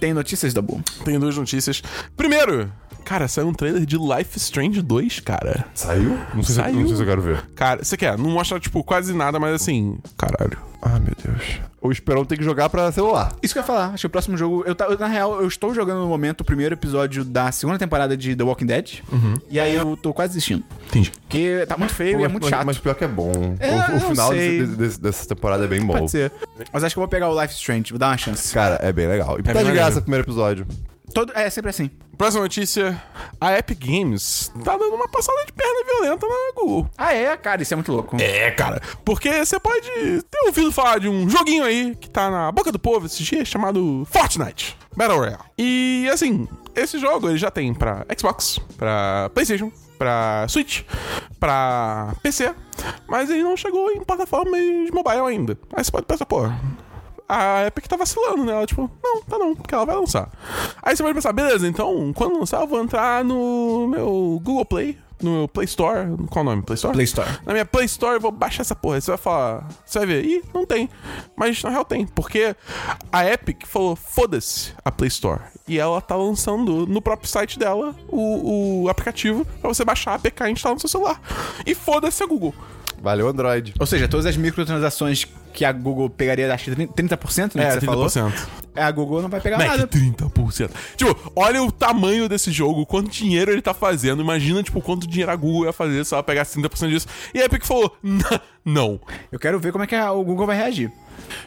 S1: Tem notícias da Boom.
S3: Tenho duas notícias. Primeiro, cara, saiu um trailer de Life is Strange 2, cara.
S2: Saiu? Não sei, Se, não sei se eu quero ver.
S3: Cara, você quer? Não mostra, tipo, quase nada, mas assim. Caralho.
S2: Ah, meu Deus. O Esperão tem que jogar pra celular.
S1: Isso que eu ia falar. Acho que o próximo jogo. Eu tá- eu, na real, eu estou jogando no momento o primeiro episódio da segunda temporada de The Walking Dead. E aí eu tô quase desistindo.
S3: Entendi.
S1: Porque tá muito feio e é
S2: Uhum. Mas-
S1: muito
S2: mas-
S1: chato.
S2: Mas pior que é bom.
S1: É,
S2: o, o
S1: eu
S2: final
S1: sei.
S2: desse- desse- dessa temporada é bem bom.
S1: Pode ser. Mas acho que eu vou pegar o Life is Strange, vou dar uma chance.
S2: Cara, é bem legal. E tá
S3: bem
S2: de
S3: maneiro.
S2: graça o primeiro episódio.
S1: Todo, é sempre assim.
S3: Próxima notícia: a Epic Games tá dando uma passada de perna violenta na Google.
S1: Ah, é, cara, isso é muito louco.
S3: É, cara. Porque você pode ter ouvido falar de um joguinho aí que tá na boca do povo esses dias chamado Fortnite Battle Royale. E assim, esse jogo ele já tem pra Xbox, pra PlayStation, pra Switch, pra PC, mas ele não chegou em plataformas mobile ainda. Aí você pode pensar, pô, a Epic tá vacilando, né? Ela, tipo, não, tá não, porque ela vai lançar. Aí você pode pensar, beleza, então, quando lançar, eu vou entrar no meu Google Play, no meu Play Store. Qual o nome? Play Store?
S1: Play Store.
S3: Na minha Play Store eu vou baixar essa porra. Aí Você vai falar, você vai ver, ih, não tem. Mas na real tem, porque a Epic falou, foda-se a Play Store. E ela tá lançando no próprio site dela o, o aplicativo pra você baixar a APK e instalar no seu celular. E foda-se a Google.
S2: Valeu, Android.
S1: Ou seja, todas as microtransações que a Google pegaria, acho que 30%, né?
S3: É,
S1: que você falou.
S3: 30%.
S1: A Google não vai pegar
S3: Não, é
S1: nada.
S3: que 30%. Tipo, olha o tamanho desse jogo, quanto dinheiro ele tá fazendo. Imagina, tipo, quanto dinheiro a Google ia fazer se ela pegasse 30% disso. E a Epic falou, "N- não.
S1: Eu quero ver como é que a- o Google vai reagir.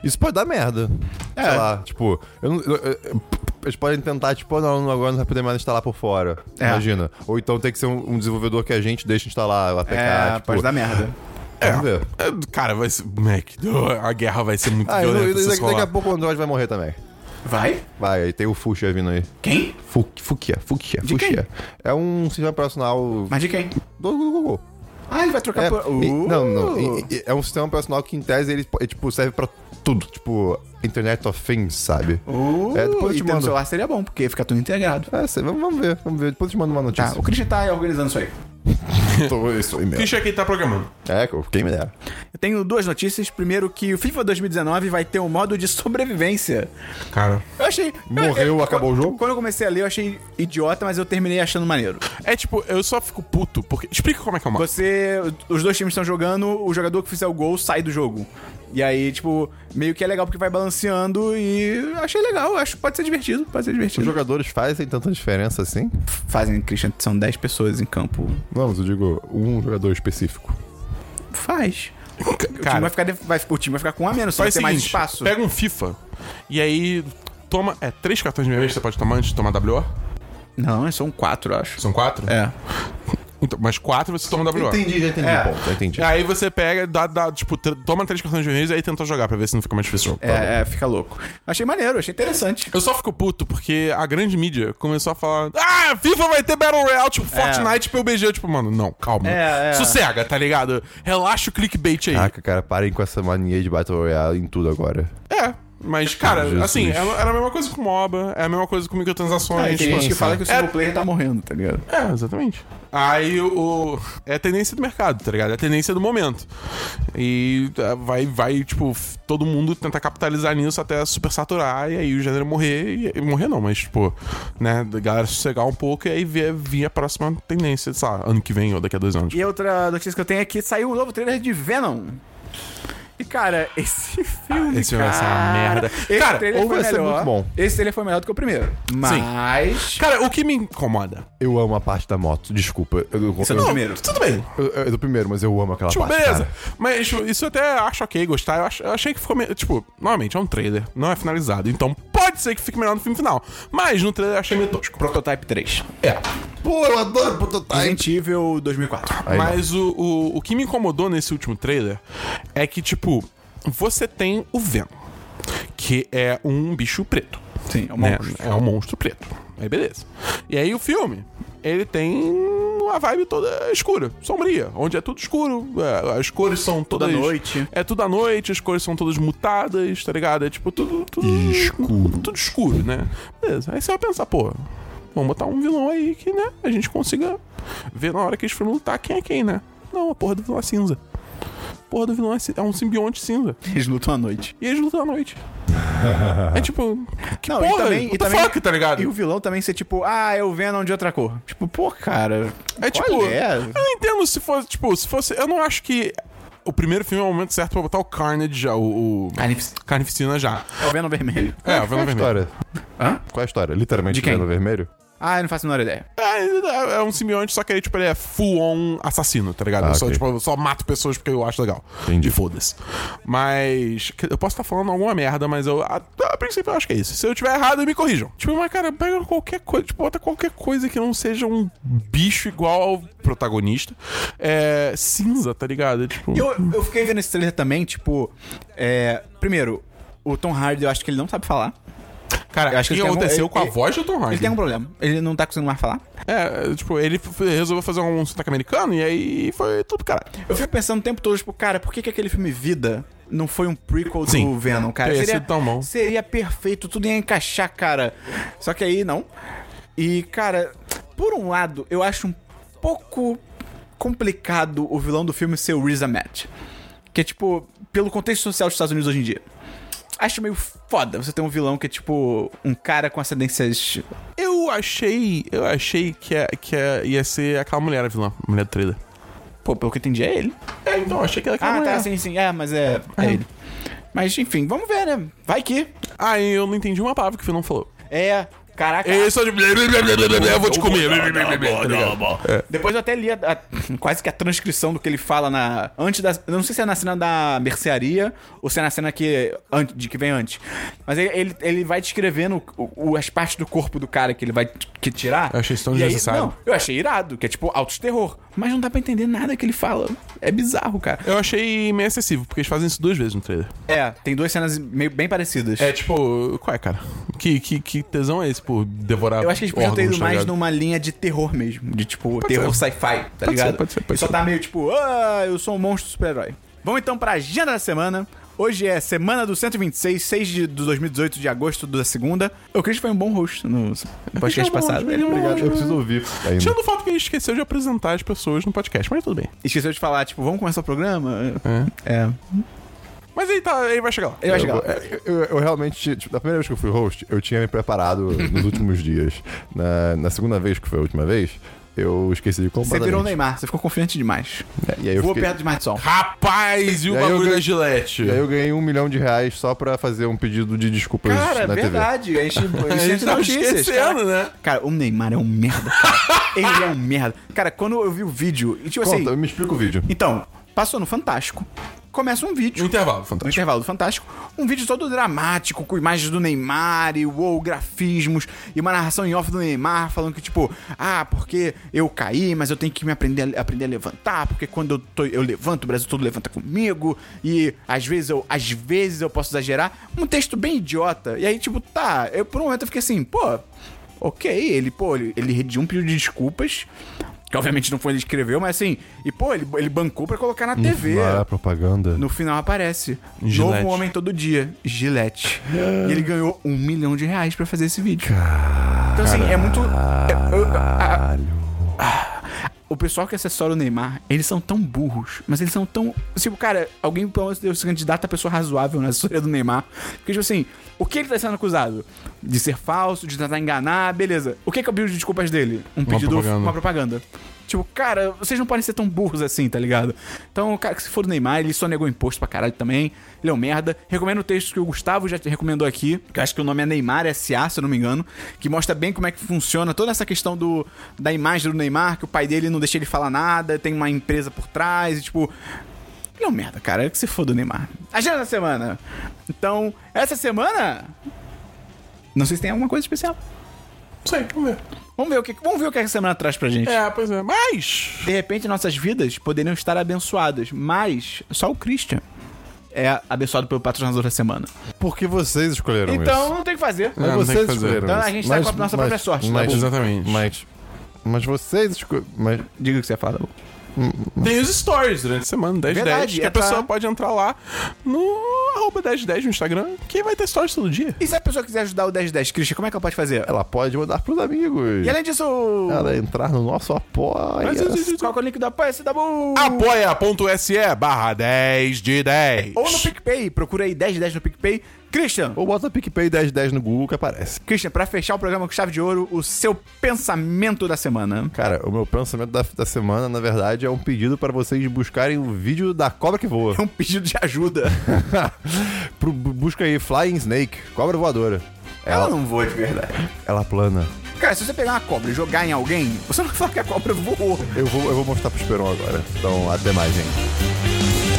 S2: Isso pode dar merda. É. Sei lá, tipo, eu não- eu- eu- eles podem tentar, tipo, "Ah, não, agora não vai poder mais instalar por fora.
S1: É.
S2: Imagina. Ou então tem que ser um, um desenvolvedor que a gente deixa instalar o APK.
S1: É,
S2: tipo,
S1: pode dar merda.
S2: vamos ver.
S3: É, Cara, vai ser... Mac, [LAUGHS] a guerra vai ser muito
S2: Ah, e no-
S3: violenta.
S2: e
S3: se
S2: daqui,
S3: isso rolar.
S2: daqui a pouco o Android vai morrer também.
S1: Vai?
S2: Vai, aí tem o Fuxia vindo aí.
S1: Quem?
S2: Fu- Fuxia, Fuxia,
S1: De quem?
S2: Fuxia. É um sistema operacional
S1: Mas de quem?
S2: do do Google.
S1: Ah, ele vai trocar
S2: É,
S1: por.
S2: e- não, não.
S1: Uh.
S2: e- e- é um sistema operacional que, em tese, ele, po- é, tipo, serve pra tudo. Tipo, Internet of Things, sabe?
S1: Uh,
S2: É, depois eu te
S1: e ter um
S2: mando.
S1: celular seria bom, porque fica tudo integrado.
S2: É, cê- vamos, vamos ver, vamos ver. Depois eu te mando uma
S1: Tá,
S2: notícia.
S1: o Christian tá organizando isso aí.
S2: [LAUGHS] Tô- isso aí mesmo.
S3: Christian aqui tá programando.
S2: É, quem me dera.
S1: Eu tenho duas notícias. Primeiro, que o FIFA 2019 vai ter um modo de sobrevivência.
S3: Cara...
S1: Eu achei.
S2: Morreu,
S1: eu- eu-
S2: acabou o jogo?
S1: Quando eu comecei a ler, eu achei idiota, mas eu terminei achando maneiro.
S3: É tipo, eu só fico puto, porque... Explica como é que é o mapa.
S1: Você. Os dois times estão jogando, o jogador que fizer o gol sai do jogo. E aí, tipo, meio que é legal porque vai balanceando e achei legal, acho que pode ser divertido, pode ser
S2: Os
S1: divertido.
S2: jogadores fazem tanta diferença assim?
S1: Fazem, Christian, são 10 pessoas em campo.
S2: Não, mas eu digo um jogador específico.
S1: Faz. O time vai
S3: Cara,
S1: ficar, de- vai, o time vai ficar com um a menos, só vai
S3: faz o
S1: ter mais
S3: seguinte,
S1: espaço.
S3: pega um FIFA e aí toma... É, três cartões vermelhos você pode tomar antes de tomar WO?
S1: Não, são quatro, eu acho.
S3: São quatro?
S1: É.
S3: Então, mas quatro você toma WO.
S2: Entendi, já entendi
S1: É.
S2: o ponto. Entendi.
S3: E Aí você pega, dá, dá, tipo, tr- toma três cartões vermelhos e aí tenta jogar pra ver se não fica mais difícil o jogo.
S1: É, é, fica louco. Achei maneiro, achei interessante.
S3: Eu só fico puto porque a grande mídia começou a falar: Ah, FIFA vai ter Battle Royale, tipo, Fortnite PUBG. Tipo, mano, não, calma.
S1: É, é.
S3: Sossega, tá ligado? Relaxa o clickbait aí.
S2: Caraca, cara, parem com essa mania de Battle Royale em tudo agora.
S3: É, mas, cara,
S2: Jesus.
S3: assim, era, era a mesma coisa com MOBA, é a mesma coisa com microtransações.
S1: É, tem gente que
S3: tipo,
S1: fala que o single
S3: é-
S1: player tá morrendo, tá ligado?
S3: É, exatamente. Aí o, o- É a tendência do mercado, tá ligado? É a tendência do momento. E é, vai, vai, tipo, f- todo mundo tentar capitalizar nisso até super saturar, e aí o gênero morrer. E, e morrer não, mas, tipo, né, da galera sossegar um pouco e aí ver, vir a próxima tendência, sei lá, ano que vem ou daqui a dois anos.
S1: E a outra notícia que eu tenho é que saiu um novo trailer de Venom. E, cara, [LAUGHS] Ah, esse filme.
S3: esse filme vai ser uma
S1: cara-
S3: merda.
S1: Esse
S3: Cara,
S1: trailer
S2: ou
S1: foi
S2: vai ser
S1: melhor.
S2: muito bom.
S1: Esse trailer foi melhor do que o primeiro. Mas.
S3: Cara, o que me incomoda.
S2: Eu amo a parte da moto, desculpa. Eu, eu,
S1: Isso é
S2: eu-
S1: do primeiro.
S3: Tudo bem.
S2: eu- eu- é do primeiro, mas eu amo aquela
S3: Tipo,
S2: parte.
S3: beleza.
S2: cara.
S3: Mas tipo, isso eu até acho ok, gostar. Eu, ach- eu achei que ficou meio. Tipo, novamente, é um trailer, não é finalizado. Então pode ser que fique melhor no filme final. Mas no trailer eu achei meio tosco.
S1: Prototype 3.
S3: É.
S2: Pô, eu adoro prototype.
S1: Resident Evil 2004.
S2: Aí não.
S3: Mas o, o, o que me incomodou nesse último trailer é que, tipo, você tem o Venom, que é um bicho preto.
S1: Sim, é um
S3: né?
S1: monstro.
S3: É um monstro preto. Aí beleza. E aí o filme, ele tem uma vibe toda escura, sombria, onde é tudo escuro, é, as cores são todas.
S1: noite. [LAUGHS]
S3: É tudo à noite, as cores são todas mutadas, tá ligado? É tipo tudo. tudo
S2: Escuro.
S3: Tudo escuro, né? Beleza. Aí você vai pensar, pô, vamos botar um vilão aí que, né, a gente consiga ver na hora que eles forem lutar quem é quem, né? Não, a porra do vilão é cinza. A porra do vilão é, ci- é um simbionte cinza.
S1: Eles lutam à noite.
S3: E eles lutam
S1: [LAUGHS]
S3: à noite. é tipo. Que
S1: Não, e
S3: porra,
S1: também-
S3: what
S1: e
S3: the
S1: também-
S3: fuck, tá ligado?
S1: E o vilão também ser tipo, ah, é o Venom de outra cor. Tipo, pô, cara. qual
S3: É tipo.
S1: é?
S3: Eu não entendo se fosse, tipo, se fosse. Eu não acho que o primeiro filme é o momento certo pra botar o Carnage já, o. o
S1: Carnificina.
S3: Carnificina já.
S1: É o Venom vermelho.
S3: É,
S1: [LAUGHS]
S2: Qual é a
S3: o Venom Vermelho.
S2: história?
S1: Hã?
S2: Qual é a história? Literalmente
S1: De quem?
S2: Venom Vermelho?
S1: Ah, eu não faço a menor ideia.
S3: É, é um simbionte, só que ele, tipo, ele é full-on assassino, tá ligado?
S2: Ah,
S3: eu, só,
S2: ok.
S3: tipo, eu só mato pessoas porque eu acho legal.
S2: Entendi.
S3: E foda-se. Mas. que- Eu posso estar falando alguma merda, mas eu. A, a princípio eu acho que é isso. Se eu tiver errado, me corrijam. Tipo, mas cara, pega qualquer coisa. Tipo, bota qualquer coisa que não seja um bicho igual ao protagonista. É. Cinza, tá ligado? Tipo.
S1: E eu, eu fiquei vendo esse trailer também, tipo. É, primeiro, o Tom Hardy, eu acho que ele não sabe falar. Eu
S3: Cara, acho
S1: acho
S3: que,
S1: que ele tem um-
S3: aconteceu
S1: ele-
S3: com a
S1: ele-
S3: voz do Tom Hardy.
S1: Ele tem um problema. Ele não tá conseguindo mais falar.
S3: É, tipo, ele f- resolveu fazer um sotaque americano e aí foi tudo pro caralho.
S1: Eu fico pensando o tempo todo, tipo, cara, por que, que aquele filme Vida não foi um prequel
S3: Sim.
S1: do Venom, cara?
S3: Teria sido tão bom.
S1: Seria perfeito, tudo ia encaixar, cara. Só que aí não. E, cara, por um lado, eu acho um pouco complicado o vilão do filme ser o Riz Ahmed. Que é, tipo, pelo contexto social dos Estados Unidos hoje em dia. Acho meio foda você ter um vilão que é, tipo, um cara com ascendências...
S3: Eu achei. Eu achei que, é, que é, ia ser aquela mulher a vilã, a mulher do trailer.
S1: Pô, pelo que eu entendi, é ele.
S3: É, então, achei que era aquela
S1: Ah,
S3: mulher.
S1: tá, sim, sim. É, mas é, é ele. Mas, enfim, vamos ver, né? Vai que.
S3: Ah, e eu não entendi uma palavra que o Fernão falou.
S1: É. Caraca. Ah,
S3: É só de... Eu vou te comer. É.
S1: tá Depois eu até li a- a- quase que a transcrição do que ele fala na. Antes da. Eu não sei se é na cena da mercearia ou se é na cena que, antes, de que vem antes. Mas ele, ele, ele vai descrevendo o- o- as partes do corpo do cara que ele vai t- que tirar.
S3: Eu achei isso tão
S1: E aí-
S3: desnecessário.
S1: não, eu achei irado, que é tipo autos terror. Mas não dá pra entender nada que ele fala. É bizarro, cara.
S3: Eu achei meio excessivo, porque eles fazem isso duas vezes no trailer.
S1: É, tem duas cenas meio bem parecidas.
S3: É tipo, qual é, cara? Que, que, que tesão é esse por devorar
S1: Eu acho que eles podiam ter ido
S3: órgãos, tá
S1: mais
S3: ligado?
S1: numa linha de terror mesmo. De tipo, terror sci-fi, tá
S3: Pode
S1: ligado?
S3: ser, pode ser, pode
S1: e só
S3: ser.
S1: tá meio tipo, ah, eu sou um monstro super-herói. Vamos então pra agenda da semana. Hoje é semana do 126, 6 de do 2018 de agosto da segunda. O Chris foi um bom host no podcast passado.
S3: ele é um bom
S2: Obrigado, eu preciso ouvir ainda.
S3: Tirando o fato que a gente esqueceu de apresentar as pessoas no podcast, mas tudo bem.
S1: Esqueceu de falar, tipo, vamos começar o programa? É.
S3: Mas aí tá, aí vai chegar lá.
S1: Eu acho legal.
S2: Eu, é eu- eu realmente, tipo, da primeira vez que eu fui host, eu tinha me preparado
S1: [LAUGHS]
S2: nos últimos dias. Na, na segunda vez, que foi a última vez, eu esqueci de comprar.
S1: Você virou o Neymar, você ficou confiante demais.
S2: E aí eu
S1: Voou
S2: fiquei-
S1: perto demais do sol.
S3: Rapaz, e o
S2: E aí eu
S3: bagulho
S2: ganhei-
S3: da Gillette?
S2: E aí eu ganhei um milhão de reais só pra fazer um pedido de desculpas
S1: Cara, é
S2: na TV.
S1: verdade. A [LAUGHS] gente, a
S3: A
S1: gente
S3: gente tava
S1: notícias,
S3: esquecendo,
S1: cara.
S3: né?
S1: Cara, o Neymar é um merda, cara. Ele é um merda. Cara, quando eu vi o vídeo, e tipo assim.
S2: Conta, me explica o vídeo.
S1: Então, passou no Fantástico. Começa um
S3: No
S1: vídeo.
S3: intervalo,
S1: No
S3: fantástico.
S1: intervalo do Fantástico, um vídeo todo dramático, com imagens do Neymar e uou, grafismos, e uma narração em off do Neymar falando que, tipo, ah, porque eu caí, mas eu tenho que me aprender a, aprender a levantar, porque quando eu, tô- eu levanto, o Brasil todo levanta comigo, e às vezes eu, às vezes eu posso exagerar. Um texto bem idiota. E aí, tipo, tá, eu por um momento eu fiquei assim, pô, ok, ele, pô, ele, ele redigiu um pedido de desculpas. Que obviamente não foi ele que escreveu, mas assim. E, pô, ele, ele bancou pra colocar na TV.
S2: Ah, propaganda.
S1: é- No final aparece.
S3: Gillette.
S1: Novo homem todo dia. Gillette. e ele ganhou um milhão de reais pra fazer esse vídeo. Então, assim, é muito. é- eu- a- a- o pessoal que acessora o Neymar, eles são tão burros, mas eles são tão. Tipo, cara, alguém pelo amor de Deus se candidata a pessoa razoável na assessoria do Neymar. Porque, tipo assim, o que ele tá sendo acusado? De ser falso, de tentar enganar, beleza. O que é, que é o pedido de desculpas dele? Um pedido,
S3: propaganda.
S1: uma propaganda. Tipo, cara, vocês não podem ser tão burros assim, tá ligado? Então, o cara, que se for do Neymar, ele só negou imposto pra caralho também. Ele é um merda. Recomendo o texto que o Gustavo já te recomendou aqui, que eu acho que o nome é Neymar SA, se eu não me engano, que mostra bem como é que funciona toda essa questão do da imagem do Neymar, que o pai dele não deixa ele falar nada, tem uma empresa por trás, e tipo, ele é um merda, cara. É que se for do Neymar. Agenda da semana. Então, essa semana não sei se tem alguma coisa especial.
S3: Não sei, vamos ver.
S1: Vamos ver o que, vamos ver o que essa semana traz pra gente.
S3: É, pois é. Mas...
S1: De repente, nossas vidas poderiam estar abençoadas, mas só o Christian é abençoado pelo patrocinador da semana.
S2: Porque vocês escolheram
S1: então,
S2: isso.
S1: não tem o que fazer.
S3: É,
S2: Mas
S3: não tem
S2: vocês
S3: que fazer.
S2: escolheram
S1: Então, a
S2: isso.
S1: gente tá com a nossa própria sorte, tá
S2: Mas,
S1: bom?
S3: Exatamente.
S2: Mas, mas vocês escolheram... Mas...
S1: Diga o que você tá fala.
S3: Tem os stories durante a semana, 10
S1: Verdade,
S3: 10, que
S1: é
S3: a pessoa
S1: pra-
S3: pode entrar lá no arroba 1010 no Instagram, que vai ter stories todo dia.
S1: E se a pessoa quiser ajudar o 1010, Christian, como é que ela pode fazer?
S2: Ela pode mandar pros amigos.
S1: E é além disso,
S2: Ela entrar no nosso apoia.
S1: qual que é o link do Apoia-se da Bull?
S3: Apoia.se barra 10 de 10.
S1: Ou no PicPay, procura aí 1010 no PicPay. Christian,
S2: Ou bota PicPay 1010 no Google que aparece.
S1: Christian, pra fechar o programa com chave de ouro, o seu pensamento da semana.
S2: Cara, o meu pensamento da, da semana, na verdade, é um pedido para vocês buscarem o vídeo da cobra que voa. [LAUGHS]
S1: É um pedido de ajuda. [LAUGHS]
S2: Pro- bu- busca aí Flying Snake, cobra voadora. Ela,
S1: não voa de verdade.
S2: ela plana.
S1: Cara, se você pegar uma cobra e jogar em alguém, você não vai falar que a cobra voou.
S2: Eu vou, eu vou mostrar pro Esperon agora. Então, até mais, gente.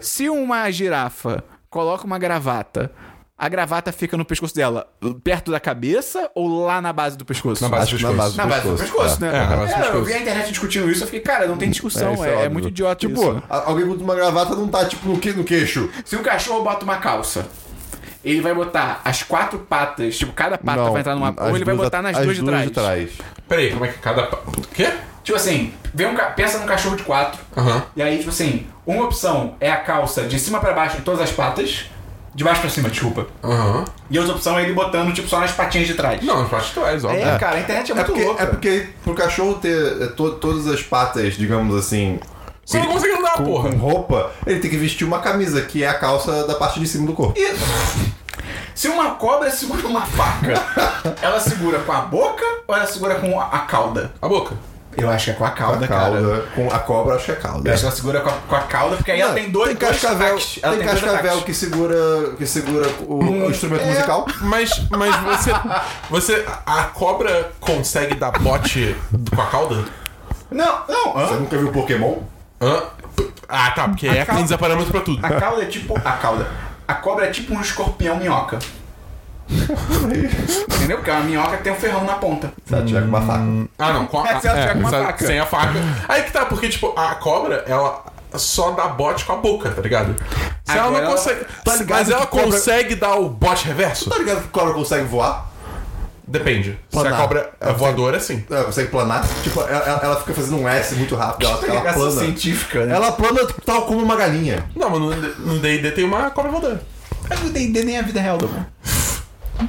S1: Se uma girafa coloca uma gravata, a gravata fica no pescoço dela, perto da cabeça ou lá na base do pescoço?
S3: Na
S2: Acho
S3: base do
S2: que na base do
S3: pescoço.
S1: Na base do pescoço,
S2: pescoço.
S1: né?
S3: É, na base do
S1: eu
S3: pescoço.
S1: vi a internet discutindo isso, eu fiquei, cara, não tem discussão,
S2: isso é
S1: é, é
S2: óbvio.
S1: muito idiota
S2: Tipo,
S1: isso.
S2: a- alguém bota uma gravata não tá, tipo, no, que, no queixo.
S1: Se um cachorro bota uma calça, ele vai botar as quatro patas, tipo, cada pata
S2: não,
S1: vai entrar numa...
S2: as
S1: Ou ele vai
S2: duas
S1: botar
S2: a-
S1: nas
S2: as
S1: duas, de, trás.
S3: Peraí, como é que cada... pa- O quê?
S1: Tipo assim, vem um ca- pensa num cachorro de quatro,
S3: Aham.
S1: e aí, tipo assim, uma opção é a calça de cima pra baixo em todas as patas, de baixo pra cima, desculpa.
S3: Aham.
S1: E outra opção é ele botando, tipo, só nas patinhas de trás.
S3: Não, as partes trás, óbvio.
S1: É, cara, a internet é muito louca.
S2: porque pro cachorro ter é, to- todas as patas, digamos assim,
S3: Você não consegue andar, porra.
S2: roupa, ele tem que vestir uma camisa, que é a calça da parte de cima do corpo.
S1: Se uma cobra segura uma faca, [LAUGHS] ela segura com a boca ou ela segura com a, a cauda?
S3: A boca.
S1: Eu acho que é com a cauda,
S2: A cauda,
S1: cara.
S2: com a cobra, acho que é
S1: Eu
S2: cauda.
S1: acho que ela segura com a, com a cauda, porque aí ela tem dois
S2: Tem cascavel,
S1: dois ataques. Ela
S2: tem
S1: dois
S2: cascavel
S1: ataques. Hum, é.
S2: que segura, que segura o, o instrumento musical.
S3: Mas, mas você, você. A cobra consegue dar bote com a cauda?
S1: Não, não. hã?
S2: Você nunca viu Pokémon?
S3: Hã? Ah, tá, porque é
S1: cauda-
S3: a parâmetro pra tudo.
S1: A cauda é tipo. A cauda. A cobra é tipo um escorpião
S2: [LAUGHS]
S1: minhoca. Entendeu? Porque a minhoca tem um ferrão na ponta.
S2: Se ela tiver com uma faca.
S3: Ah, não, com a,
S1: Se ela tiver com uma
S3: sem a-
S1: faca.
S3: Sem a faca. Aí que tá, porque, tipo, a cobra, ela só dá bote com a boca, tá ligado? Se ela
S1: Agora
S3: não
S1: ela-
S3: consegue.
S2: Tá ligado
S3: mas
S2: que
S3: ela
S2: cobra-
S3: consegue dar o bote reverso?
S2: Tá ligado que cobra consegue voar?
S3: Depende. Se a
S2: Planar.
S3: cobra é
S2: Ela
S3: voadora, sim.
S2: Ela É, consegue planar? Tipo, ela, ela- ela fica fazendo um S
S1: [LAUGHS]
S2: muito rápido. Ela, ela
S1: Explicação
S2: plana.
S1: científica, né?
S2: Ela plana tipo, tal como uma galinha.
S3: Não, mas no- no DD tem uma cobra voadora.
S1: Mas o D&D nem é a vida real, Douglas.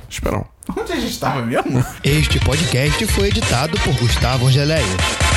S3: Esperão.
S1: Onde a gente tava mesmo?
S4: Este podcast foi editado por Gustavo Angeléia.